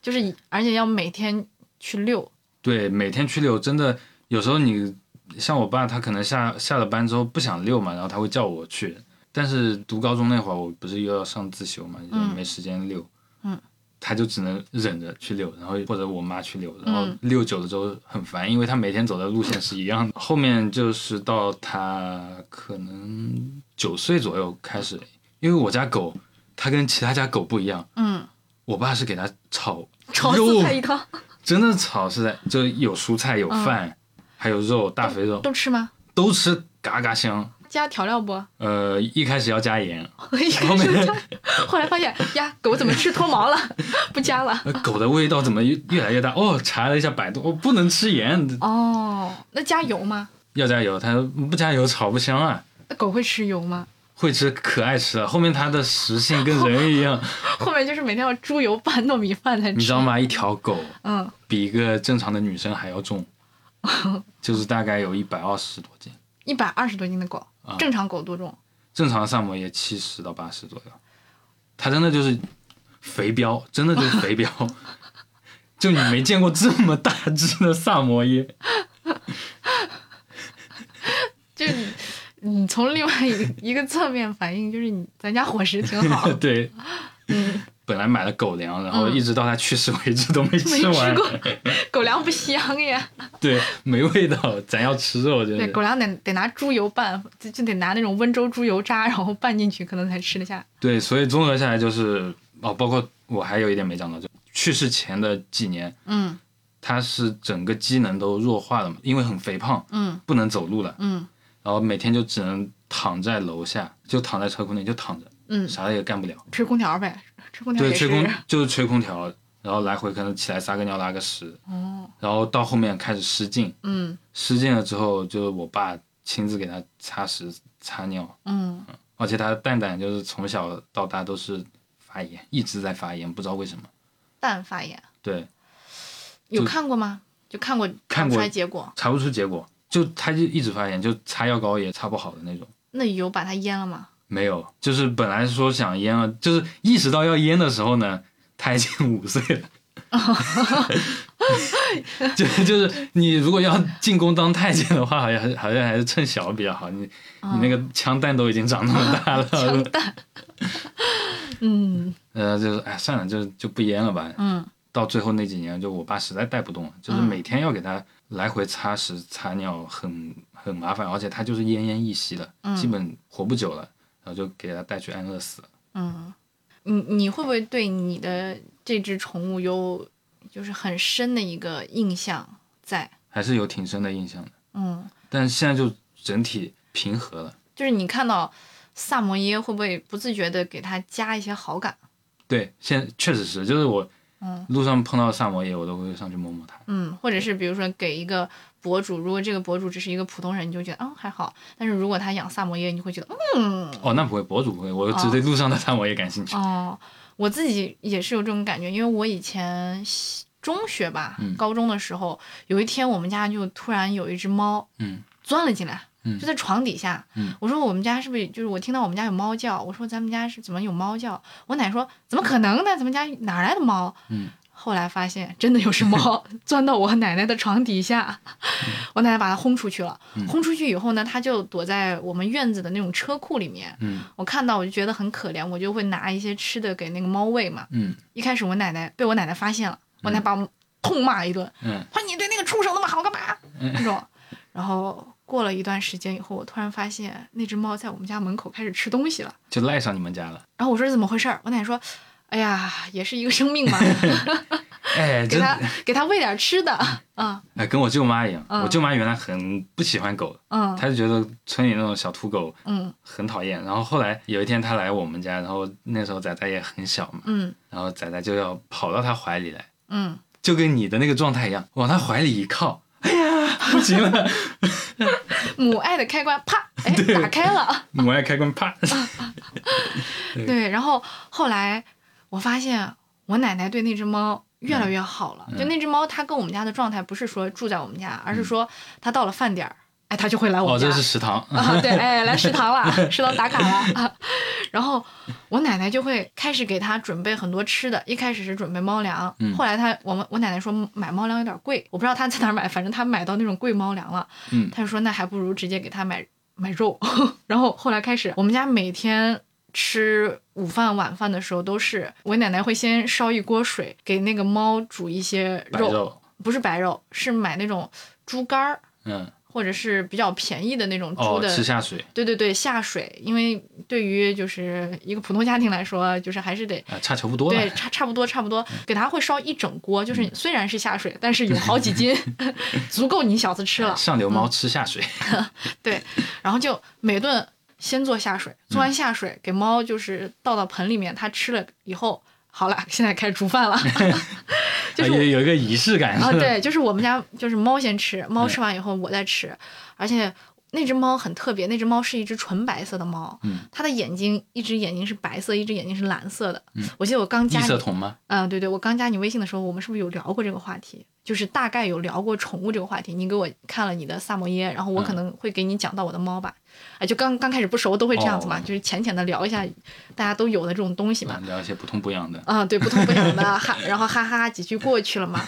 Speaker 2: 就是以而且要每天去遛。
Speaker 1: 对，每天去遛，真的有时候你像我爸，他可能下下了班之后不想遛嘛，然后他会叫我去。但是读高中那会儿，我不是又要上自修嘛，也没时间遛。
Speaker 2: 嗯
Speaker 1: 他就只能忍着去遛，然后或者我妈去遛，然后
Speaker 2: 嗯
Speaker 1: 遛久了之后很烦，因为他每天走的路线是一样的。后面就是到他可能九岁左右开始，因为我家狗它跟其他家狗不一样，
Speaker 2: [laughs] 嗯，
Speaker 1: 我爸是给它炒
Speaker 2: 吵死
Speaker 1: 肉
Speaker 2: 他一趟，
Speaker 1: 真的炒是在就有蔬菜有饭，还有肉大肥肉
Speaker 2: 都吃吗？
Speaker 1: 都吃嘎嘎香。
Speaker 2: 加调料不？
Speaker 1: 呃，一开始要加盐，
Speaker 2: [laughs] 一开
Speaker 1: 后
Speaker 2: 始
Speaker 1: 面
Speaker 2: 加， [laughs] 后来发现呀，狗怎么吃脱毛了？不加了。
Speaker 1: 呃狗的味道怎么越越来越大？哦，查了一下百度，我、不能吃盐，
Speaker 2: 哦，那加油吗？
Speaker 1: 要加油。他说不加油炒不香啊，
Speaker 2: 那狗会吃油吗？
Speaker 1: 会吃可爱吃了。后面它的食性跟人一样，
Speaker 2: 后面就是每天要猪油拌糯米饭才
Speaker 1: 你知
Speaker 2: 吃。
Speaker 1: 道吗？一条狗
Speaker 2: 嗯，
Speaker 1: 比一个正常的女生还要重，就是大概有一百二十多斤，
Speaker 2: 一百二十多斤的狗，
Speaker 1: 啊
Speaker 2: 正常狗多重？
Speaker 1: 正常萨摩耶七十到八十左右，它真的就是肥膘，真的就是肥膘，就你没见过这么大只的萨摩耶。
Speaker 2: 就是你你从另外一个一个侧面反映，就是你咱家伙食挺
Speaker 1: [laughs]
Speaker 2: 好，
Speaker 1: 对，本来买了狗粮，然后一直到它去世为止都没
Speaker 2: 没
Speaker 1: 吃完。
Speaker 2: 吃过狗粮不香呀。
Speaker 1: 对，没味道，咱要吃肉就
Speaker 2: 对，
Speaker 1: 是
Speaker 2: 狗。粮得得拿猪油拌，就就得拿那种温州猪油渣，然后拌进去，可能才吃得下。
Speaker 1: 对，所以综合下来就是哦，包括我还有一点没讲到，就去世前的几年，
Speaker 2: 嗯
Speaker 1: 它是整个机能都弱化了嘛，因为很肥胖，
Speaker 2: 嗯
Speaker 1: 不能走路了。
Speaker 2: 嗯
Speaker 1: 然后每天就只能躺在楼下，就躺在车库内就躺着，
Speaker 2: 嗯，
Speaker 1: 啥也干不了。
Speaker 2: 吹空调呗，吹空调
Speaker 1: 对，
Speaker 2: 也
Speaker 1: 吹
Speaker 2: 是。
Speaker 1: 空就是吹空调，然后来回可能起来撒个尿拉个屎，
Speaker 2: 哦，
Speaker 1: 然后到后面开始失禁，
Speaker 2: 嗯
Speaker 1: 失禁了之后就是我爸亲自给他擦屎擦尿，
Speaker 2: 嗯，
Speaker 1: 而且他的蛋蛋就是从小到大都是发炎，一直在发炎，不知道为什么。
Speaker 2: 蛋发炎
Speaker 1: 对，
Speaker 2: 有
Speaker 1: 就
Speaker 2: 看过吗？就看过，
Speaker 1: 看
Speaker 2: 不出
Speaker 1: 过
Speaker 2: 来结果。
Speaker 1: 查不出结果，就他就一直发炎，就擦药膏也擦不好的那种。
Speaker 2: 那油把它淹了吗？
Speaker 1: 没有，就是本来说想腌了，就是意识到要腌的时候呢，他已经五岁了。 [laughs] 就 [laughs] 就是你如果要进宫当太监的话，好像还是好像还是趁小比较好。你、你那个枪弹都已经长那么大
Speaker 2: 啊枪
Speaker 1: 了，
Speaker 2: 蛋。嗯
Speaker 1: 呃，就是哎算了，就就不腌了吧。
Speaker 2: 嗯
Speaker 1: 到最后那几年，就我爸实在带不动了，就是
Speaker 2: 嗯
Speaker 1: 每天要给他来回擦屎擦尿很很麻烦，而且他就是奄奄一息的，
Speaker 2: 嗯
Speaker 1: 基本活不久了，然后就给他带去安乐死了。
Speaker 2: 嗯，你你会不会对你的这只宠物有就是很深的一个印象在？
Speaker 1: 还是有挺深的印象的。
Speaker 2: 嗯，
Speaker 1: 但现在就整体平和了。
Speaker 2: 就是你看到萨摩耶会不会不自觉的给它加一些好感？
Speaker 1: 对，现确实是，就是我
Speaker 2: 嗯
Speaker 1: 路上碰到萨摩耶，我都会上去摸摸它。
Speaker 2: 嗯，或者是比如说给一个博主，如果这个博主只是一个普通人，你就觉得嗯还好；但是如果他养萨摩耶，你会觉得嗯
Speaker 1: 哦，那不会，博主不会，我只对路上的萨摩耶感兴趣。
Speaker 2: 哦，我自己也是有这种感觉，因为我以前小中学吧，
Speaker 1: 嗯
Speaker 2: 高中的时候，有一天我们家就突然有一只猫
Speaker 1: 嗯
Speaker 2: 钻了进来。
Speaker 1: 嗯
Speaker 2: 就在床底下，
Speaker 1: 嗯
Speaker 2: 我说我们家是不是就是我听到我们家有猫叫，我说咱们家是怎么有猫叫？我奶说怎么可能呢？咱们家哪儿来的猫？
Speaker 1: 嗯，
Speaker 2: 后来发现真的有只猫钻到我奶奶的床底下，我奶奶把它轰出去了。轰出去以后呢，它就躲在我们院子的那种车库里面。
Speaker 1: 嗯
Speaker 2: 我看到我就觉得很可怜，我就会拿一些吃的给那个猫喂嘛。
Speaker 1: 嗯
Speaker 2: 一开始我奶奶被我奶奶发现了，我奶奶把我痛骂一顿，
Speaker 1: 嗯
Speaker 2: 说你对那个畜生那么好干嘛？那种。然后过了一段时间以后，我突然发现那只猫在我们家门口开始吃东西了。
Speaker 1: 就赖上你们家了。
Speaker 2: 然后我说怎么回事儿？我奶奶说，哎呀，也是一个生命嘛，
Speaker 1: 哎，
Speaker 2: 给
Speaker 1: 真
Speaker 2: 它给它喂点吃的。嗯
Speaker 1: 哎，跟我舅妈一样，
Speaker 2: 嗯
Speaker 1: 我舅妈原来很不喜欢狗，
Speaker 2: 嗯
Speaker 1: 她就觉得村里那种小土狗
Speaker 2: 嗯
Speaker 1: 很讨厌。然后后来有一天她来我们家，然后那时候仔仔也很小嘛，
Speaker 2: 嗯
Speaker 1: 然后仔仔就要跑到她怀里来，
Speaker 2: 嗯，
Speaker 1: 就跟你的那个状态一样，往她怀里一 [laughs] 靠，哎呀，不行了，
Speaker 2: 母爱的开关啪，哎，打开了。
Speaker 1: 母爱开关啪，
Speaker 2: 对，然后后来我发现我奶奶对那只猫越来越好了。
Speaker 1: 嗯
Speaker 2: 就那只猫，它跟我们家的状态不是说住在我们家，而是说它到了饭点儿，哎，它就会来我
Speaker 1: [laughs] 哦，
Speaker 2: 们家。
Speaker 1: 这是食堂，
Speaker 2: 啊，
Speaker 1: [laughs]
Speaker 2: 对，哎，来食堂了，食堂打卡了。 [laughs] 啊然后我奶奶就会开始给它准备很多吃的，一开始是准备猫粮，
Speaker 1: 嗯
Speaker 2: 后来她我们我奶奶说买猫粮有点贵，我不知道她在哪儿买，反正她买到那种贵猫粮了，
Speaker 1: 嗯
Speaker 2: 她就说那还不如直接给它买买肉。 [laughs] 然后后来开始，我们家每天。吃午饭、晚饭的时候，都是我奶奶会先烧一锅水，给那个猫煮一些
Speaker 1: 白
Speaker 2: 肉，
Speaker 1: 肉，
Speaker 2: 不是白肉，是买那种猪肝儿，
Speaker 1: 嗯，
Speaker 2: 或者是比较便宜的那种猪
Speaker 1: 哦，
Speaker 2: 的、
Speaker 1: 吃下水
Speaker 2: 对对对，下水，因为对于就是一个普通家庭来说，就是还是得。
Speaker 1: 啊，差球不多
Speaker 2: 对，
Speaker 1: 了，
Speaker 2: 差差不多差不多，给它会烧一整锅，就是虽然是下水，但是有好几斤，足够你小子吃了。
Speaker 1: 上流猫吃下水，
Speaker 2: 然后就每顿先做下水，做完下水给猫就是倒到盆里面，它吃了以后，好了，现在开始煮饭了。 [laughs] 就是
Speaker 1: 啊
Speaker 2: 我
Speaker 1: 有有一个仪式感，
Speaker 2: 啊，
Speaker 1: [laughs] 是吧，
Speaker 2: 对，就是我们家就是猫先吃，猫吃完以后我再吃，而且那只猫很特别，那只猫是一只纯白色的猫，
Speaker 1: 嗯
Speaker 2: 它的眼睛一只眼睛是白色，一只眼睛是蓝色的。我记得我刚加
Speaker 1: 异嗯色
Speaker 2: 你，
Speaker 1: 瞳吗？
Speaker 2: 嗯、对对，我刚加你微信的时候，我们是不是有聊过这个话题？就是大概有聊过宠物这个话题，你给我看了你的萨摩耶，然后我可
Speaker 1: 嗯
Speaker 2: 能会给你讲到我的猫吧，哎，就刚刚开始不熟都会这样子嘛，
Speaker 1: 哦
Speaker 2: 就是浅浅的聊一下，大家都有的这种东西嘛。
Speaker 1: 嗯聊一些不痛不痒的，
Speaker 2: 啊，对，不痛不痒的哈，然后哈哈几句过去了嘛。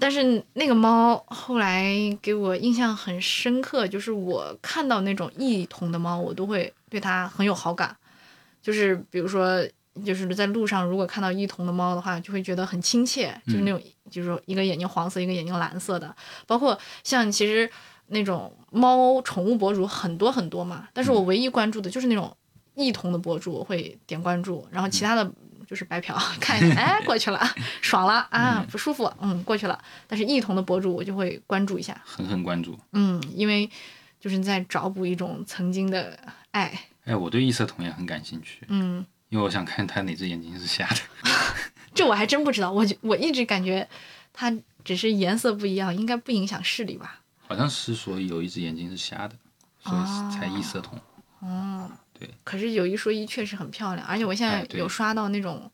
Speaker 2: 但是那个猫后来给我印象很深刻，就是我看到那种异瞳的猫，我都会对它很有好感。就是比如说，就是在路上如果看到异瞳的猫的话，就会觉得很亲切，就是那种，就是说一个眼睛黄色，一个眼睛蓝色的。包括像其实那种猫宠物博主很多很多嘛，但是我唯一关注的就是那种异瞳的博主，我会点关注，然后其他的就是白嫖，看一下，哎，过去了，爽了啊，不舒服，嗯，过去了。但是异瞳的博主我就会关注一下，
Speaker 1: 狠狠关注。
Speaker 2: 嗯，因为就是在找补一种曾经的爱，
Speaker 1: 哎，我对异色瞳也很感兴趣，
Speaker 2: 嗯，
Speaker 1: 因为我想看他哪只眼睛是瞎的。
Speaker 2: 这我还真不知道，我就我一直感觉它只是颜色不一样，应该不影响视力吧？
Speaker 1: 好像是说有一只眼睛是瞎的，所以才异色瞳。
Speaker 2: 哦，
Speaker 1: 对。
Speaker 2: 可是有一说一，确实很漂亮，而且我现
Speaker 1: 哎
Speaker 2: 在
Speaker 1: 对
Speaker 2: 有刷到那种，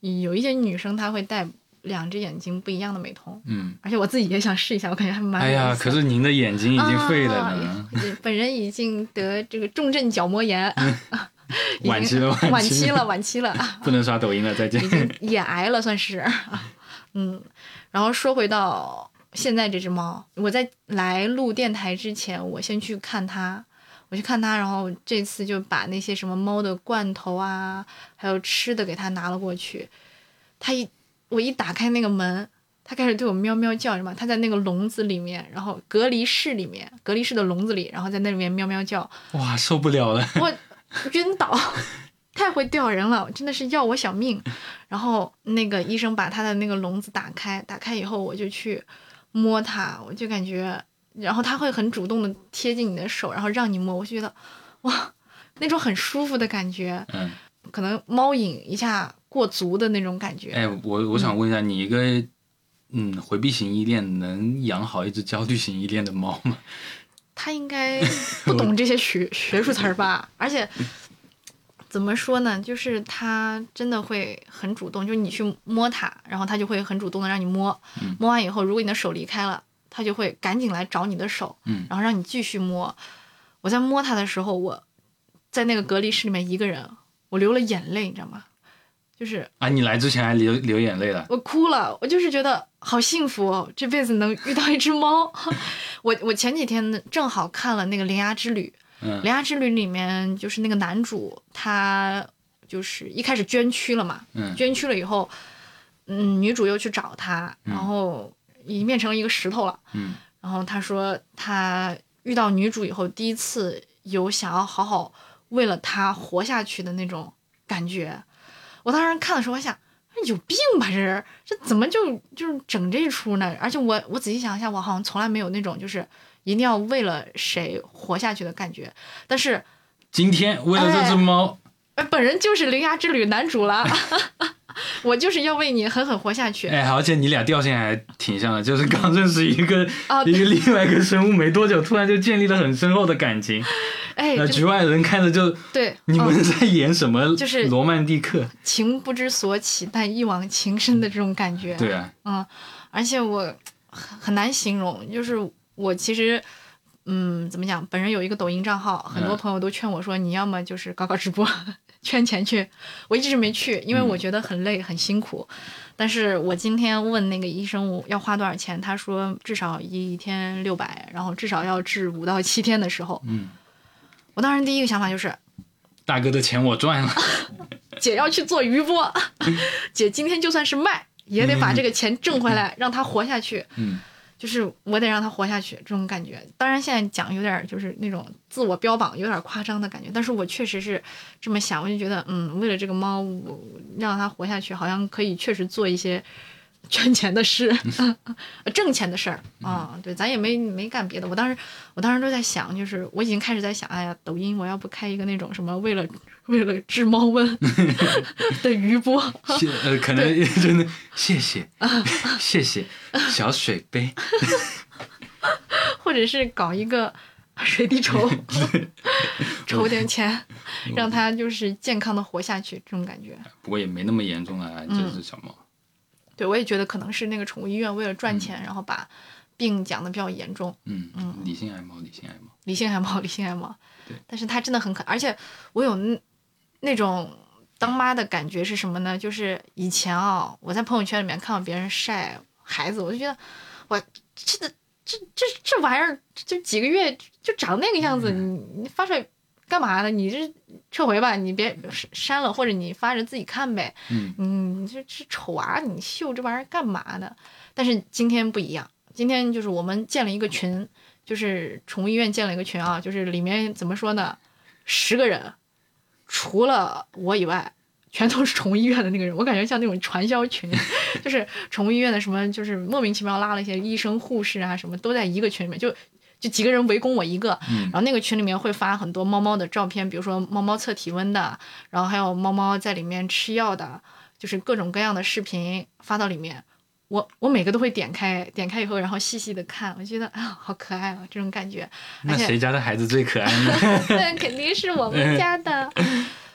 Speaker 2: 有一些女生她会戴两只眼睛不一样的美瞳，
Speaker 1: 嗯，
Speaker 2: 而且我自己也想试一下，我感觉还蛮有
Speaker 1: 哎呀，
Speaker 2: 意思
Speaker 1: 可是您的眼睛已经废了
Speaker 2: 啊
Speaker 1: 呢，
Speaker 2: 本人已经得这个重症角膜炎， [laughs] 啊已经
Speaker 1: 嗯晚期了，
Speaker 2: 晚
Speaker 1: 期
Speaker 2: 期了，，晚期了，啊
Speaker 1: 不能刷抖音了，再见
Speaker 2: 已。经 [laughs] 眼癌了，算是。嗯，然后说回到现在这只猫，我在来录电台之前，我先去看它，我去看它，然后这次就把那些什么猫的罐头啊，还有吃的给它拿了过去。它一我一打开那个门，它开始对我喵喵叫，什么？它在那个笼子里面，然后隔离室里面，隔离室的笼子里，然后在那里面喵喵叫，
Speaker 1: [laughs] 哇，受不了了，
Speaker 2: 我晕倒，太会吊人了，真的是要我小命。然后那个医生把他的那个笼子打开，打开以后我就去摸它，我就感觉，然后它会很主动的贴近你的手，然后让你摸，我就觉得哇，那种很舒服的感觉，
Speaker 1: 嗯，
Speaker 2: 可能猫瘾一下过足的那种感觉。
Speaker 1: 哎，我我想问一下，你一个嗯回避型依恋能养好一只焦虑型依恋的猫吗？
Speaker 2: 他
Speaker 1: [laughs]
Speaker 2: 应该不懂这些学学术词儿吧？而且怎么说呢，就是他真的会很主动，就是你去摸它，然后它就会很主动的让你摸。
Speaker 1: 嗯
Speaker 2: 摸完以后，如果你的手离开了，它就会赶紧来找你的手，
Speaker 1: 嗯
Speaker 2: 然后让你继续摸。我在摸它的时候，我在那个隔离室里面一个人，我流了眼泪，你知道吗？就是
Speaker 1: 啊，你来之前还流流眼泪了，
Speaker 2: 我哭了，我就是觉得好幸福哦，这辈子能遇到一只猫。 [laughs] 我我前几天正好看了那个《铃芽之旅》，《
Speaker 1: 嗯
Speaker 2: 铃芽之旅》里面就是那个男主，他就是一开始捐躯了嘛，
Speaker 1: 嗯，
Speaker 2: 捐躯了以后，嗯，女主又去找他，然后已经变成了一个石头了，
Speaker 1: 嗯，
Speaker 2: 然后他说他遇到女主以后，第一次有想要好好为了她活下去的那种感觉。我当时看的时候，我想。有病吧这人，这怎么就就是整这出呢？而且我我仔细想一下，我好像从来没有那种就是一定要为了谁活下去的感觉。但是，
Speaker 1: 今天为了这只猫，
Speaker 2: 哎，本人就是《铃芽之旅》男主了， [laughs] 我就是要为你狠狠活下去。
Speaker 1: 哎，而且你俩调性还挺像的，就是
Speaker 2: 嗯
Speaker 1: 刚认识一个、
Speaker 2: 啊
Speaker 1: 一个另外一个生物没多久，突然就建立了很深厚的感情，
Speaker 2: 哎，
Speaker 1: 那
Speaker 2: [laughs] 就
Speaker 1: 局外人看着就
Speaker 2: 对，
Speaker 1: 你
Speaker 2: 嗯
Speaker 1: 们在演什么？
Speaker 2: [laughs] 就是
Speaker 1: 罗曼蒂克，
Speaker 2: 情不知所起，但一往情深的这种感觉。
Speaker 1: 对啊，
Speaker 2: 嗯，而且我很很难形容，就是我其实，嗯，怎么讲？本人有一个抖音账号，很多
Speaker 1: 嗯
Speaker 2: 朋友都劝我说，你要么就是搞搞直播， [laughs] 圈钱去。我一直没去，因为我觉得很累、很辛苦。但是我今天问那个医生我要花多少钱，他说至少一天六百，然后至少要治五到七天的时候，
Speaker 1: 嗯，
Speaker 2: 我当时第一个想法就是，
Speaker 1: 大哥的钱我赚了，
Speaker 2: 姐要去做余波， [laughs] 姐今天就算是卖，也得把这个钱挣回来，让她活下去。
Speaker 1: 嗯，
Speaker 2: 就是我得让他活下去这种感觉。当然现在讲有点儿就是那种自我标榜有点儿夸张的感觉，但是我确实是这么想，我就觉得嗯，为了这个猫，我让它活下去，好像可以确实做一些 [laughs] 圈钱的事、 [laughs] 呃挣钱的事儿啊、对，咱也没没干别的。我当时我当时都在想，就是我已经开始在想，哎呀，抖音我要不开一个那种什么为了为了治猫瘟 [laughs] 的余波。
Speaker 1: 谢呃，可能真的谢谢
Speaker 2: 啊
Speaker 1: [laughs] 谢谢小水杯，
Speaker 2: 或者是搞一个 [laughs] 水滴筹，筹点钱，让它就是健康的活下去，这种感觉。
Speaker 1: 不过也没那么严重啊
Speaker 2: 嗯
Speaker 1: 了，这只小猫，
Speaker 2: 对我也觉得可能是那个宠物医院为了赚钱，然后把病讲的比较严重，
Speaker 1: 嗯，理性爱猫，理性爱猫，
Speaker 2: 理性爱 [laughs] 猫，理性爱猫
Speaker 1: 对。
Speaker 2: 但是它真的很可爱，而且我有那那种当妈的感觉是什么呢？就是以前啊、我在朋友圈里面看到别人晒孩子，我就觉得哇，这这这这这玩意儿就几个月就长那个样子，你你发出来干嘛呢？你这撤回吧，你别删了，或者你发着自己看呗。
Speaker 1: 嗯
Speaker 2: 你这这丑娃，你秀这玩意儿干嘛呢？但是今天不一样，今天就是我们建了一个群，就是宠物医院建了一个群啊，就是里面怎么说呢，十个人，除了我以外。全都是宠物医院的那个人，我感觉像那种传销群， [laughs] 就是宠物医院的什么，就是莫名其妙拉了一些医生、护士啊什么，都在一个群里面，就就几个人围攻我一个，
Speaker 1: 嗯
Speaker 2: 然后那个群里面会发很多猫猫的照片，比如说猫猫测体温的，然后还有猫猫在里面吃药的，就是各种各样的视频发到里面。我我每个都会点开，点开以后，然后细细的看，我觉得啊，好可爱啊，这种感觉。
Speaker 1: 那
Speaker 2: 而且
Speaker 1: 谁家的孩子最可爱
Speaker 2: [laughs]
Speaker 1: 呢？
Speaker 2: 那肯定是我们家的。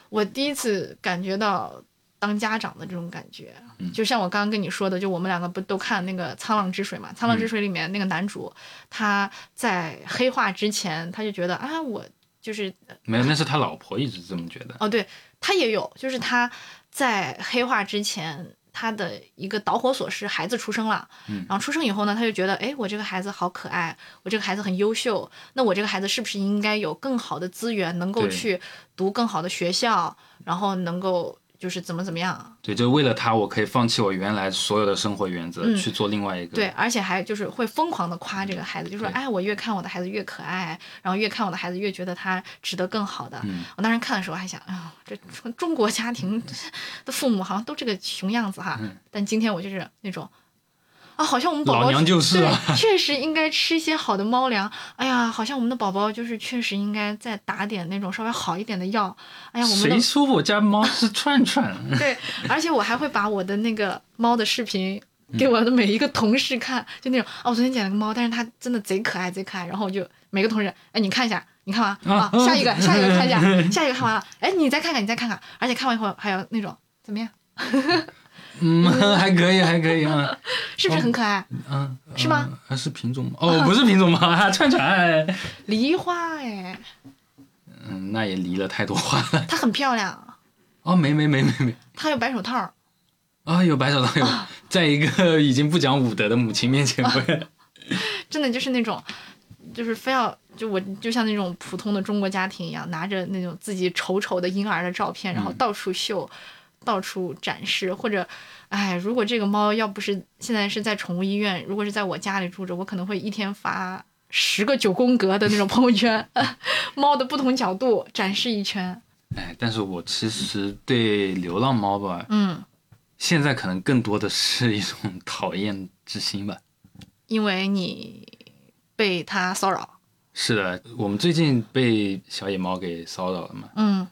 Speaker 2: 我第一次感觉到当家长的这种感觉，就像我刚刚跟你说的，就我们两个不都看那个《沧浪之水》嘛，《沧浪之水》里面那个男主，他在黑化之前，他就觉得啊，我就是
Speaker 1: 没有，那是他老婆一直这么觉得，
Speaker 2: 哦，对他也有，就是他在黑化之前，他的一个导火索是孩子出生了，
Speaker 1: 嗯
Speaker 2: 然后出生以后呢，他就觉得，哎，我这个孩子好可爱，我这个孩子很优秀，那我这个孩子是不是应该有更好的资源，能够
Speaker 1: 对
Speaker 2: 去读更好的学校，然后能够就是怎么怎么样？
Speaker 1: 对，就为了他，我可以放弃我原来所有的生活原则，
Speaker 2: 嗯
Speaker 1: 去做另外一个，
Speaker 2: 对，，而且还就是会疯狂的夸这个孩子，就说，
Speaker 1: 对
Speaker 2: 哎，我越看我的孩子越可爱，然后越看我的孩子越觉得他值得更好的。
Speaker 1: 嗯
Speaker 2: 我当时看的时候还想，哎呦，这中中国家庭的父母好像都这个熊样子哈。
Speaker 1: 嗯
Speaker 2: 但今天我就是那种，啊，好像我们宝宝
Speaker 1: 老娘就是啊
Speaker 2: 对，确实应该吃一些好的猫粮。哎呀，好像我们的宝宝就是确实应该再打点那种稍微好一点的药。哎呀，我们的
Speaker 1: 谁说我家猫是串串？ [laughs]
Speaker 2: [laughs] 对，而且我还会把我的那个猫的视频给我的每一个同事看，就那种啊，我昨天捡了个猫，但是它真的贼可爱，贼可爱。然后我就每个同事，哎，你看一下，你看完啊
Speaker 1: 啊，
Speaker 2: 下一个，下一个看一下，下一个看完了，哎，你再看看，你再看看。而且看完以后还有那种怎么样， [laughs]
Speaker 1: 嗯，还可以，还可以啊，
Speaker 2: 是不是很可爱？
Speaker 1: 嗯，
Speaker 2: 是吗？
Speaker 1: 还是品种猫？哦，不是品种猫，啊， [laughs] 串串。哎
Speaker 2: 梨花哎，
Speaker 1: 嗯，那也离了太多话了。 [laughs]
Speaker 2: 它很漂亮，
Speaker 1: 哦，没没没没没。
Speaker 2: 它有白手套儿。
Speaker 1: 啊、有白手套，有，在一个已经不讲武德的母亲面前，
Speaker 2: 啊
Speaker 1: 会
Speaker 2: 真的就是那种，就是非要就我就像那种普通的中国家庭一样，拿着那种自己丑丑的婴儿的照片，然后到处秀，到处展示，或者，哎，如果这个猫要不是现在是在宠物医院，如果是在我家里住着，我可能会一天发十个九宫格的那种朋友圈， [laughs] 猫的不同角度展示一圈。
Speaker 1: [laughs] 哎，但是我其实对流浪猫吧，
Speaker 2: 嗯，
Speaker 1: 现在可能更多的是一种讨厌之心吧。
Speaker 2: 因为你被它骚扰，
Speaker 1: 是的，我们最近被小野猫给骚扰了嘛。
Speaker 2: 嗯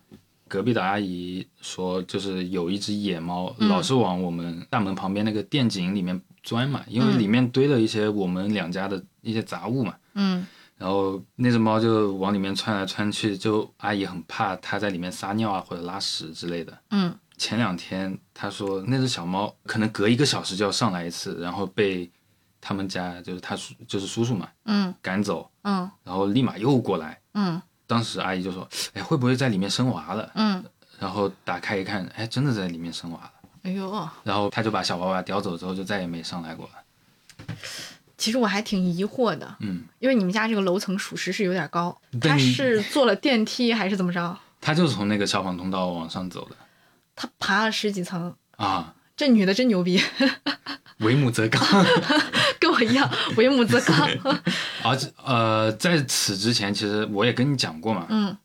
Speaker 1: 隔壁的阿姨说，就是有一只野猫，
Speaker 2: 嗯
Speaker 1: 老是往我们大门旁边那个电井里面钻嘛，因为里面堆了一些我们两家的一些杂物嘛。
Speaker 2: 嗯，
Speaker 1: 然后那只猫就往里面窜来窜去，就阿姨很怕它在里面撒尿啊或者拉屎之类的。
Speaker 2: 嗯，
Speaker 1: 前两天她说那只小猫可能隔一个小时就要上来一次，然后被他们家就是他叔就是叔叔嘛，
Speaker 2: 嗯，
Speaker 1: 赶走，
Speaker 2: 嗯
Speaker 1: 然后立马又过来。
Speaker 2: 嗯
Speaker 1: 当时阿姨就说：“哎，会不会在里面生娃了
Speaker 2: 嗯，？”
Speaker 1: 然后打开一看，哎，真的在里面生娃了。
Speaker 2: 哎呦，
Speaker 1: 然后他就把小娃娃叼走之后，就再也没上来过了。
Speaker 2: 其实我还挺疑惑的，
Speaker 1: 嗯，
Speaker 2: 因为你们家这个楼层属实是有点高，
Speaker 1: 但
Speaker 2: 它
Speaker 1: 你
Speaker 2: 是坐了电梯还是怎么着？
Speaker 1: 他就是从那个消防通道往上走的
Speaker 2: 他爬了十几层，
Speaker 1: 啊，
Speaker 2: 这女的真牛逼，
Speaker 1: 为母则刚。
Speaker 2: 跟我一样为母则刚。
Speaker 1: [laughs] 而且呃，在此之前，其实我也跟你讲过嘛，
Speaker 2: 嗯，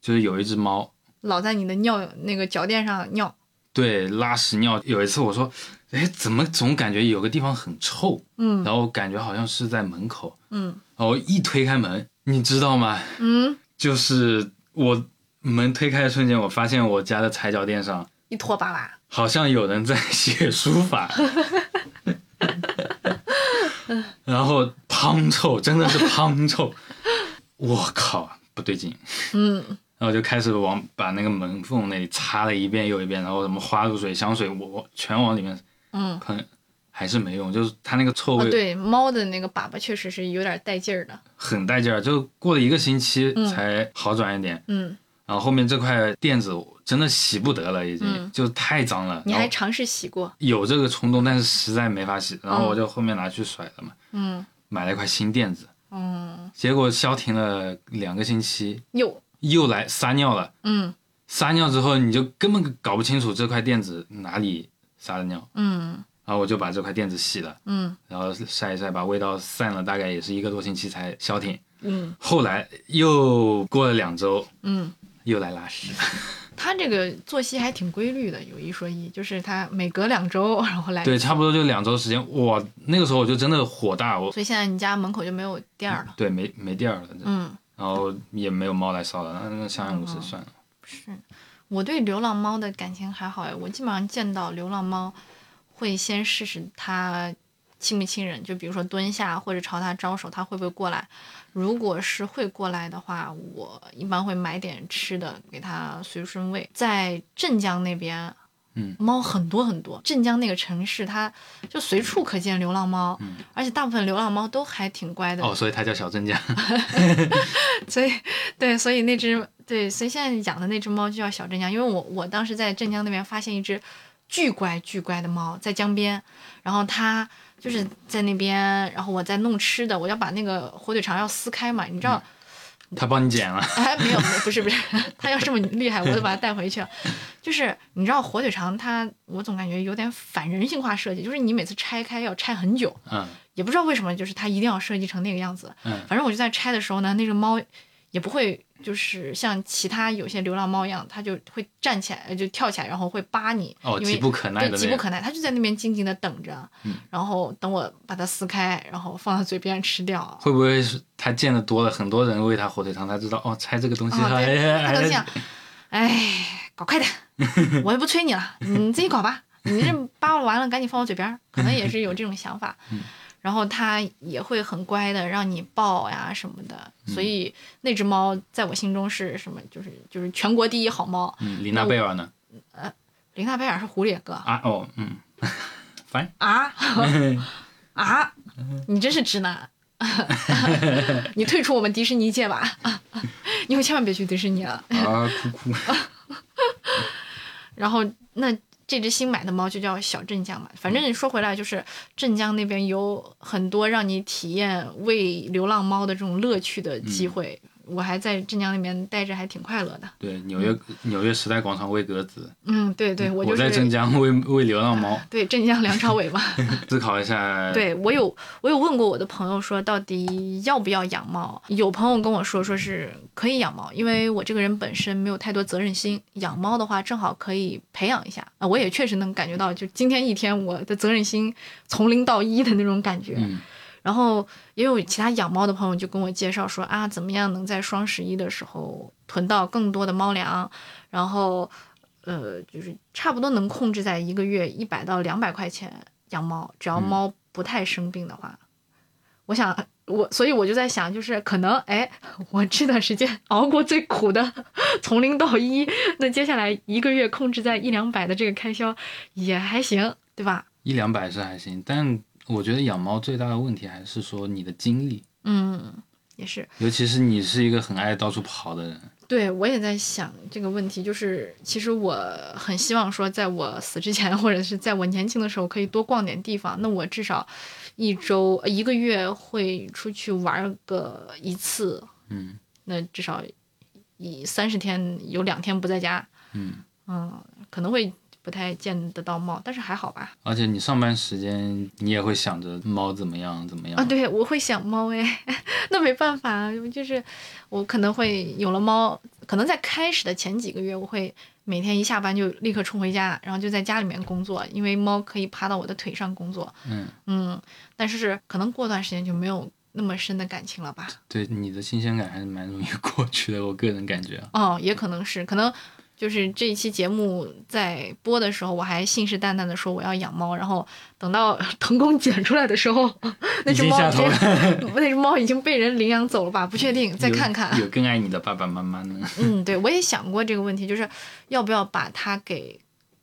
Speaker 1: 就是有一只猫，
Speaker 2: 老在你的尿那个脚垫上尿。
Speaker 1: 对，拉屎尿。有一次我说，哎，怎么总感觉有个地方很臭？
Speaker 2: 嗯
Speaker 1: 然后感觉好像是在门口，
Speaker 2: 嗯
Speaker 1: 然后一推开门，你知道吗？
Speaker 2: 嗯，
Speaker 1: 就是我门推开的瞬间，我发现我家的踩脚垫上
Speaker 2: 一拖把把。
Speaker 1: 好像有人在写书法。 [laughs] 然后胖臭，真的是胖臭，我靠，不对劲。
Speaker 2: 嗯
Speaker 1: 然后就开始往把那个门缝那里擦了一遍又一遍，然后什么花露水、香水，我我全往里面
Speaker 2: 嗯，
Speaker 1: 喷，还是没用，就是它那个臭
Speaker 2: 哦
Speaker 1: 味
Speaker 2: 对，猫的那个粑粑确实是有点带劲儿的。
Speaker 1: 很带劲儿，就过了一个星期
Speaker 2: 嗯
Speaker 1: 才好转一点。
Speaker 2: 嗯，
Speaker 1: 然后后面这块垫子真的洗不得了，已经、
Speaker 2: 嗯
Speaker 1: 就太脏了。
Speaker 2: 你还
Speaker 1: 然后
Speaker 2: 尝试洗过？
Speaker 1: 有这个冲动，但是实在没法洗，然后我就后面拿去甩了嘛，
Speaker 2: 嗯
Speaker 1: 买了一块新垫子，
Speaker 2: 嗯，
Speaker 1: 结果消停了两个星期，
Speaker 2: 有。
Speaker 1: 又来撒尿了。
Speaker 2: 嗯
Speaker 1: 撒尿之后，你就根本搞不清楚这块垫子哪里撒的尿。
Speaker 2: 嗯
Speaker 1: 然后我就把这块垫子洗了，
Speaker 2: 嗯
Speaker 1: 然后晒一晒，把味道散了，大概也是一个多星期才消停。
Speaker 2: 嗯
Speaker 1: 后来又过了两周，
Speaker 2: 嗯，
Speaker 1: 又来拉屎。
Speaker 2: 它这个作息还挺规律的，有一说一，就是它每隔两周然后来。
Speaker 1: 对，差不多就两周时间，哇，那个时候我就真的火大，我
Speaker 2: 所以现在你家门口就没有店儿了。
Speaker 1: 对没没地儿了，
Speaker 2: 嗯，
Speaker 1: 然后也没有猫来骚扰，那那相安无
Speaker 2: 哦
Speaker 1: 事算了。
Speaker 2: 是，我对流浪猫的感情还好哎，我基本上见到流浪猫，会先试试它亲不亲人，就比如说蹲下或者朝它招手，它会不会过来。如果是会过来的话，我一般会买点吃的给它随顺喂。在镇江那边。
Speaker 1: 嗯，
Speaker 2: 猫很多很多。镇江那个城市，它就随处可见流浪猫，
Speaker 1: 嗯
Speaker 2: 而且大部分流浪猫都还挺乖的。
Speaker 1: 哦，所以它叫小
Speaker 2: [laughs]
Speaker 1: 镇江，
Speaker 2: 所以对，所以那只对，所以现在养的那只猫就叫小镇江，因为我我当时在镇江那边发现一只巨乖巨乖的猫在江边，然后它就是在那边，然后我在弄吃的，我要把那个火腿肠要撕开嘛，你知道，
Speaker 1: 它帮你捡了。
Speaker 2: 哎，没有，没有不是不是， [laughs] 它要这么厉害，我就把它带回去了。就是你知道火腿肠它，我总感觉有点反人性化设计，就是你每次拆开要拆很久，
Speaker 1: 嗯
Speaker 2: 也不知道为什么，就是它一定要设计成那个样子。
Speaker 1: 嗯
Speaker 2: 反正我就在拆的时候呢，那只猫也不会就是像其他有些流浪猫一样，它就会站起来，呃就跳起来，然后会扒你。
Speaker 1: 哦，
Speaker 2: 因为
Speaker 1: 急不可耐
Speaker 2: 对，
Speaker 1: 的
Speaker 2: 急
Speaker 1: 那
Speaker 2: 不
Speaker 1: 样。
Speaker 2: 可耐，它就在那边静静的等着，
Speaker 1: 嗯
Speaker 2: 然后等我把它撕开，然后放到嘴边吃掉。
Speaker 1: 会不会是它见的多了，很多人喂它火腿肠，它知道哦，拆这个东西，[laughs]
Speaker 2: 哦
Speaker 1: 哎
Speaker 2: 对
Speaker 1: 呀
Speaker 2: 它
Speaker 1: 哎
Speaker 2: 都
Speaker 1: 呀
Speaker 2: 想，哎，搞快点，
Speaker 1: [laughs]
Speaker 2: 我也不催你了，你自己搞吧。你这扒拉完了，赶紧放我
Speaker 1: [laughs]
Speaker 2: 嘴边儿，可能也是有这种想法。
Speaker 1: 嗯
Speaker 2: 然后它也会很乖的让你抱呀什么的，
Speaker 1: 嗯
Speaker 2: 所以那只猫在我心中是什么？就是就是全国第一好猫。
Speaker 1: 嗯，李娜贝尔呢？
Speaker 2: 林娜贝尔是狐狸哥
Speaker 1: 啊哦，
Speaker 2: [laughs]
Speaker 1: 嗯，烦。 [laughs]
Speaker 2: 啊啊！你真是直男， [laughs] 你退出我们迪士尼界吧， [laughs] 以后千万别去迪士尼了。
Speaker 1: 啊，哭哭。
Speaker 2: 然后那这只新买的猫就叫小镇江嘛，反
Speaker 1: 嗯
Speaker 2: 正说回来就是镇江
Speaker 1: 嗯
Speaker 2: 那边有很多让你体验喂流浪猫的这种乐趣的机会，我还在镇江那边待着，还挺快乐的。
Speaker 1: 对，纽约、纽约时代广场喂鸽子，
Speaker 2: 嗯，对对，我
Speaker 1: 我
Speaker 2: 就是
Speaker 1: 在镇江喂喂流浪
Speaker 2: [laughs]
Speaker 1: 猫。
Speaker 2: 对镇江梁朝伟吧。
Speaker 1: 思考一下，，哎
Speaker 2: 对我有我有问过我的朋友说到底要不要养猫，有朋友跟我说说是可以养猫，因为我这个人本身没有太多责任心，养猫的话正好可以培养一下啊，我也确实能感觉到，就今天一天我的责任心从零到一的那种感觉。
Speaker 1: 嗯
Speaker 2: 然后也有其他养猫的朋友就跟我介绍说啊，怎么样能在双十一的时候囤到更多的猫粮，然后呃，就是差不多能控制在一个月一百到两百块钱养猫，只要
Speaker 1: 嗯
Speaker 2: 猫不太生病的话，我想。我所以我就在想，就是可能哎，我这段时间熬过最苦的，从零到一，那接下来一个月控制在一两百的这个开销也还行，对吧？
Speaker 1: 一两百是还行，但我觉得养猫最大的问题还是说你的精力，
Speaker 2: 嗯，也是。
Speaker 1: 尤其是你是一个很爱到处跑的人，
Speaker 2: 对，我也在想这个问题，就是其实我很希望说，在我死之前，或者是在我年轻的时候，可以多逛点地方。那我至少一周、呃一个月会出去玩个一次，
Speaker 1: 嗯
Speaker 2: 那至少以三十天有两天不在家，
Speaker 1: 嗯，
Speaker 2: 嗯，可能会不太见得到猫，但是还好吧。
Speaker 1: 而且你上班时间你也会想着猫怎么样怎么样
Speaker 2: 啊，，对，我会想猫哎， [laughs] 那没办法啊，就是我可能会有了猫，可能在开始的前几个月，我会每天一下班就立刻冲回家，然后就在家里面工作，因为猫可以趴到我的腿上工作。
Speaker 1: 嗯，
Speaker 2: 嗯，但是可能过段时间就没有那么深的感情了吧？
Speaker 1: 对，你的新鲜感还是蛮容易 [laughs] 过去的，我个人感觉啊，
Speaker 2: 哦，也可能是，可能就是这一期节目在播的时候，我还信誓旦旦的说我要养猫，然后等到 [laughs] 腾空捡出来的时候， [laughs] 那
Speaker 1: 已
Speaker 2: 只
Speaker 1: 经
Speaker 2: 猫
Speaker 1: 下
Speaker 2: 已
Speaker 1: 头
Speaker 2: 经
Speaker 1: 了
Speaker 2: [laughs] 那只猫已经被人领养走了吧？不确定，再
Speaker 1: 有
Speaker 2: 看看。
Speaker 1: 有更爱你的爸爸妈妈
Speaker 2: [laughs]
Speaker 1: 呢，
Speaker 2: 嗯，对，我也想过这个问题，就是要不要把它给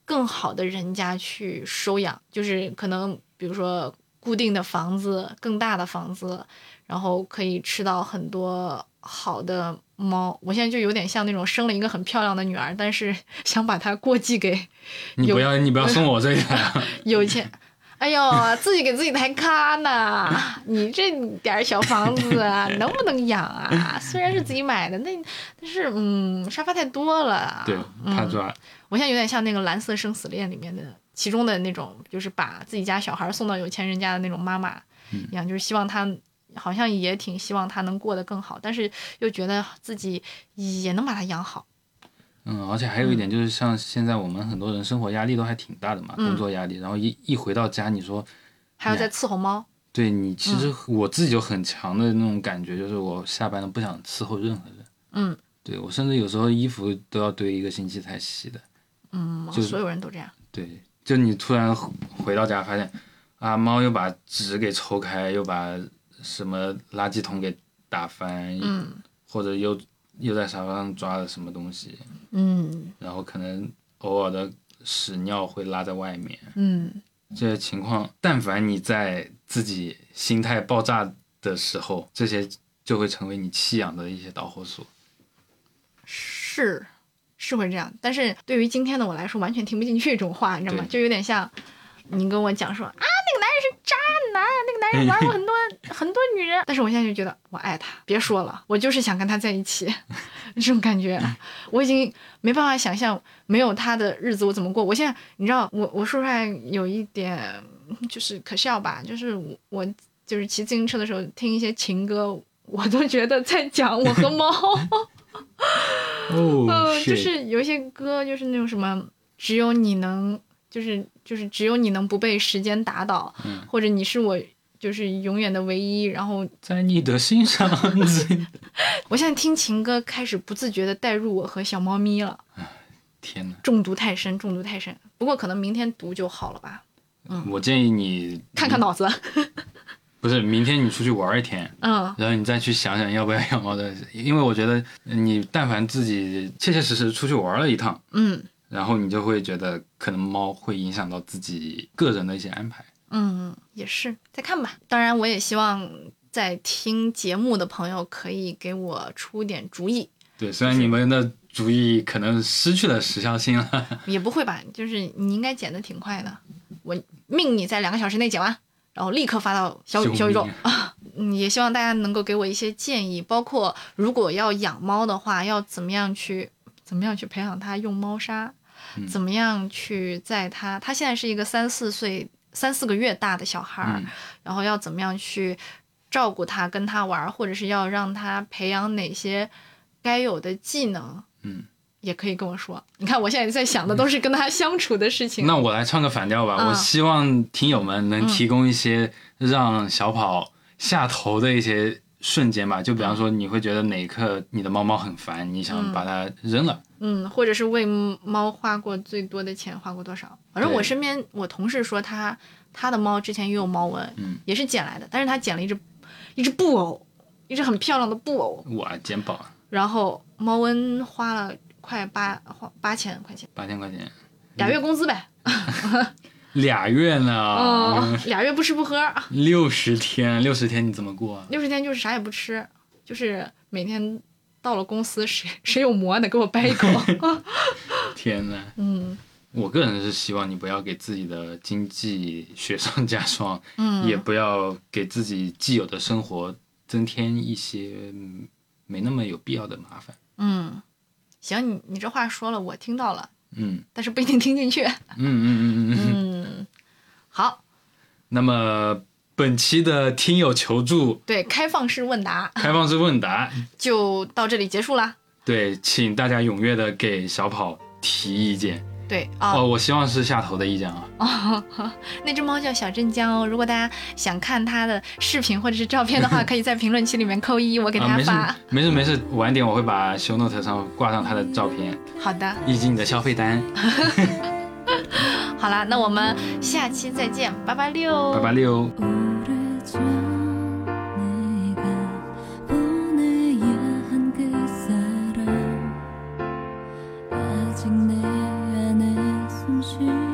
Speaker 2: 更好的人家去收养，就是可能比如说固定的房子、更大的房子，然后可以吃到很多好的猫。我现在就有点像那种生了一个很漂亮的女儿，但是 [laughs] 想把它过继给
Speaker 1: 你
Speaker 2: 有
Speaker 1: 不要你不
Speaker 2: [laughs]
Speaker 1: 要送我这个啊，
Speaker 2: 有钱。哎呦，自己给自己抬咖呢！你这点儿小房子
Speaker 1: [laughs]
Speaker 2: 啊，能不能养啊？虽然是自己买的，那但是嗯，沙发太多了。
Speaker 1: 对，怕
Speaker 2: 嗯。
Speaker 1: 抓，
Speaker 2: 我现在有点像那个《蓝色生死恋》里面的其中的那种，就是把自己家小孩送到有钱人家的那种妈妈
Speaker 1: 嗯
Speaker 2: 一样，就是希望他好像也挺希望他能过得更好，但是又觉得自己也能把他养好。
Speaker 1: 嗯，而且还有一点就是，像现在我们很多人生活压力都还挺大的嘛，
Speaker 2: 嗯
Speaker 1: 工作压力，然后一一回到家，你说
Speaker 2: 还要再伺候猫，
Speaker 1: 对你其实
Speaker 2: 嗯
Speaker 1: 我自己有很强的那种感觉，就是我下班了不想伺候任何人。
Speaker 2: 嗯
Speaker 1: 对我甚至有时候衣服都要堆一个星期才洗的。
Speaker 2: 嗯，
Speaker 1: 就是
Speaker 2: 所有人都这样。
Speaker 1: 对，就你突然回回到家发现，啊，猫又把纸给抽开，又把什么垃圾桶给打翻，
Speaker 2: 嗯
Speaker 1: 或者又又在沙发上抓了什么东西，
Speaker 2: 嗯
Speaker 1: 然后可能偶尔的屎尿会拉在外面。
Speaker 2: 嗯，
Speaker 1: 这些情况，但凡你在自己心态爆炸的时候，这些就会成为你弃养的一些导火索。
Speaker 2: 是是会这样，但是对于今天的我来说，完全听不进去这种话，你知道吗？
Speaker 1: 对
Speaker 2: 就有点像你跟我讲说啊，那个男人是渣男，那个男人玩过很多很多女人，但是我现在就觉得我爱他，别说了，我就是想跟他在一起，这种感觉，我已经没办法想象没有他的日子我怎么过。我现在你知道，我我说出来有一点就是可笑吧，就是我我就是骑自行车的时候听一些情歌。我都觉得在讲我和猫， [laughs]
Speaker 1: 哦
Speaker 2: 呃，就是有一些歌，就是那种什么，只有你能，就是就是只有你能不被时间打倒，
Speaker 1: 嗯
Speaker 2: 或者你是我就是永远的唯一。然后
Speaker 1: 在你的心上 [laughs] 之类的。
Speaker 2: 我现在听情歌，开始不自觉的带入我和小猫咪了，
Speaker 1: 天哪！
Speaker 2: 中毒太深，中毒太深。不过可能明天读就好了吧，
Speaker 1: 我建议你
Speaker 2: 看看，脑子。
Speaker 1: 不是明天你出去玩一天，
Speaker 2: 嗯
Speaker 1: 然后你再去想想要不要养猫的，因为我觉得你但凡自己切切实实出去玩了一趟，
Speaker 2: 嗯
Speaker 1: 然后你就会觉得可能猫会影响到自己个人的一些安排。
Speaker 2: 嗯，也是，再看吧。当然，我也希望在听节目的朋友可以给我出点主意。
Speaker 1: 对，虽然你们的主意可能失去了时效性了。
Speaker 2: 也不会吧，就是你应该剪的挺快的，我命你在两个小时内剪完，然后立刻发到小宇
Speaker 1: 救
Speaker 2: 小宇宙
Speaker 1: 命，
Speaker 2: 嗯，也希望大家能够给我一些建议，包括如果要养猫的话，要怎么样去怎么样去培养它用猫砂，
Speaker 1: 嗯
Speaker 2: 怎么样去在它它现在是一个三四岁三四个月大的小孩儿，
Speaker 1: 嗯
Speaker 2: 然后要怎么样去照顾它，跟它玩儿，或者是要让它培养哪些该有的技能，
Speaker 1: 嗯，
Speaker 2: 也可以跟我说。你看我现在在想的都是跟它相处的事情。
Speaker 1: 那我来唱个反调吧，
Speaker 2: 嗯
Speaker 1: 我希望听友们能提供一些让小跑下头的一些瞬间吧，就比方说你会觉得哪一刻你的猫猫很烦，你想把它扔了，
Speaker 2: [laughs] 嗯，或者是为猫花过最多的钱花过多少？反正
Speaker 1: 对
Speaker 2: 我身边我同事说他他的猫之前也有猫瘟，
Speaker 1: 嗯
Speaker 2: 也是捡来的，但是他捡了一只一只布偶，一只很漂亮的布偶，
Speaker 1: 我捡宝
Speaker 2: 然后猫瘟花了快八花八千块钱，
Speaker 1: 八千块钱，
Speaker 2: 俩月工资呗，
Speaker 1: 俩月
Speaker 2: 嗯
Speaker 1: 呢，，
Speaker 2: [laughs] 俩月不吃不喝，
Speaker 1: 六十天，六十天你怎么过啊？
Speaker 2: 六十天就是啥也不吃，就是每天到了公司谁谁有馍呢给我掰一口，
Speaker 1: 天呐，
Speaker 2: 嗯
Speaker 1: 我个人是希望你不要给自己的经济雪上加霜，
Speaker 2: 嗯，
Speaker 1: 也不要给自己既有的生活增添一些嗯没那么有必要的麻烦。
Speaker 2: 嗯，行，你你这话说了，我听到了。
Speaker 1: 嗯
Speaker 2: 但是不一定听进去。
Speaker 1: 嗯嗯嗯嗯嗯。
Speaker 2: 嗯，好，
Speaker 1: 那么本期的听友求助
Speaker 2: 对，开放式问答
Speaker 1: 开放式问答，
Speaker 2: 就到这里结束啦。
Speaker 1: 对，请大家踊跃的给小跑提意见。
Speaker 2: 对啊、
Speaker 1: 哦，我希望是下头的意见啊。
Speaker 2: 那只猫叫小镇江哦。如果大家想看它的视频或者是照片的
Speaker 1: [laughs]
Speaker 2: 话，可以在评论区里面扣一，我给大
Speaker 1: 啊，
Speaker 2: 家
Speaker 1: 没事
Speaker 2: 发。
Speaker 1: 没事没事，晚点我会把 show note 上挂上他的照片，
Speaker 2: 好的，
Speaker 1: 以及你的消费单。
Speaker 2: 好啦，那我们下期再见，八八六，
Speaker 1: 八八六。
Speaker 3: 오래전 내가 보내야 한 그 사람 아직 내 안에 숨 쉬고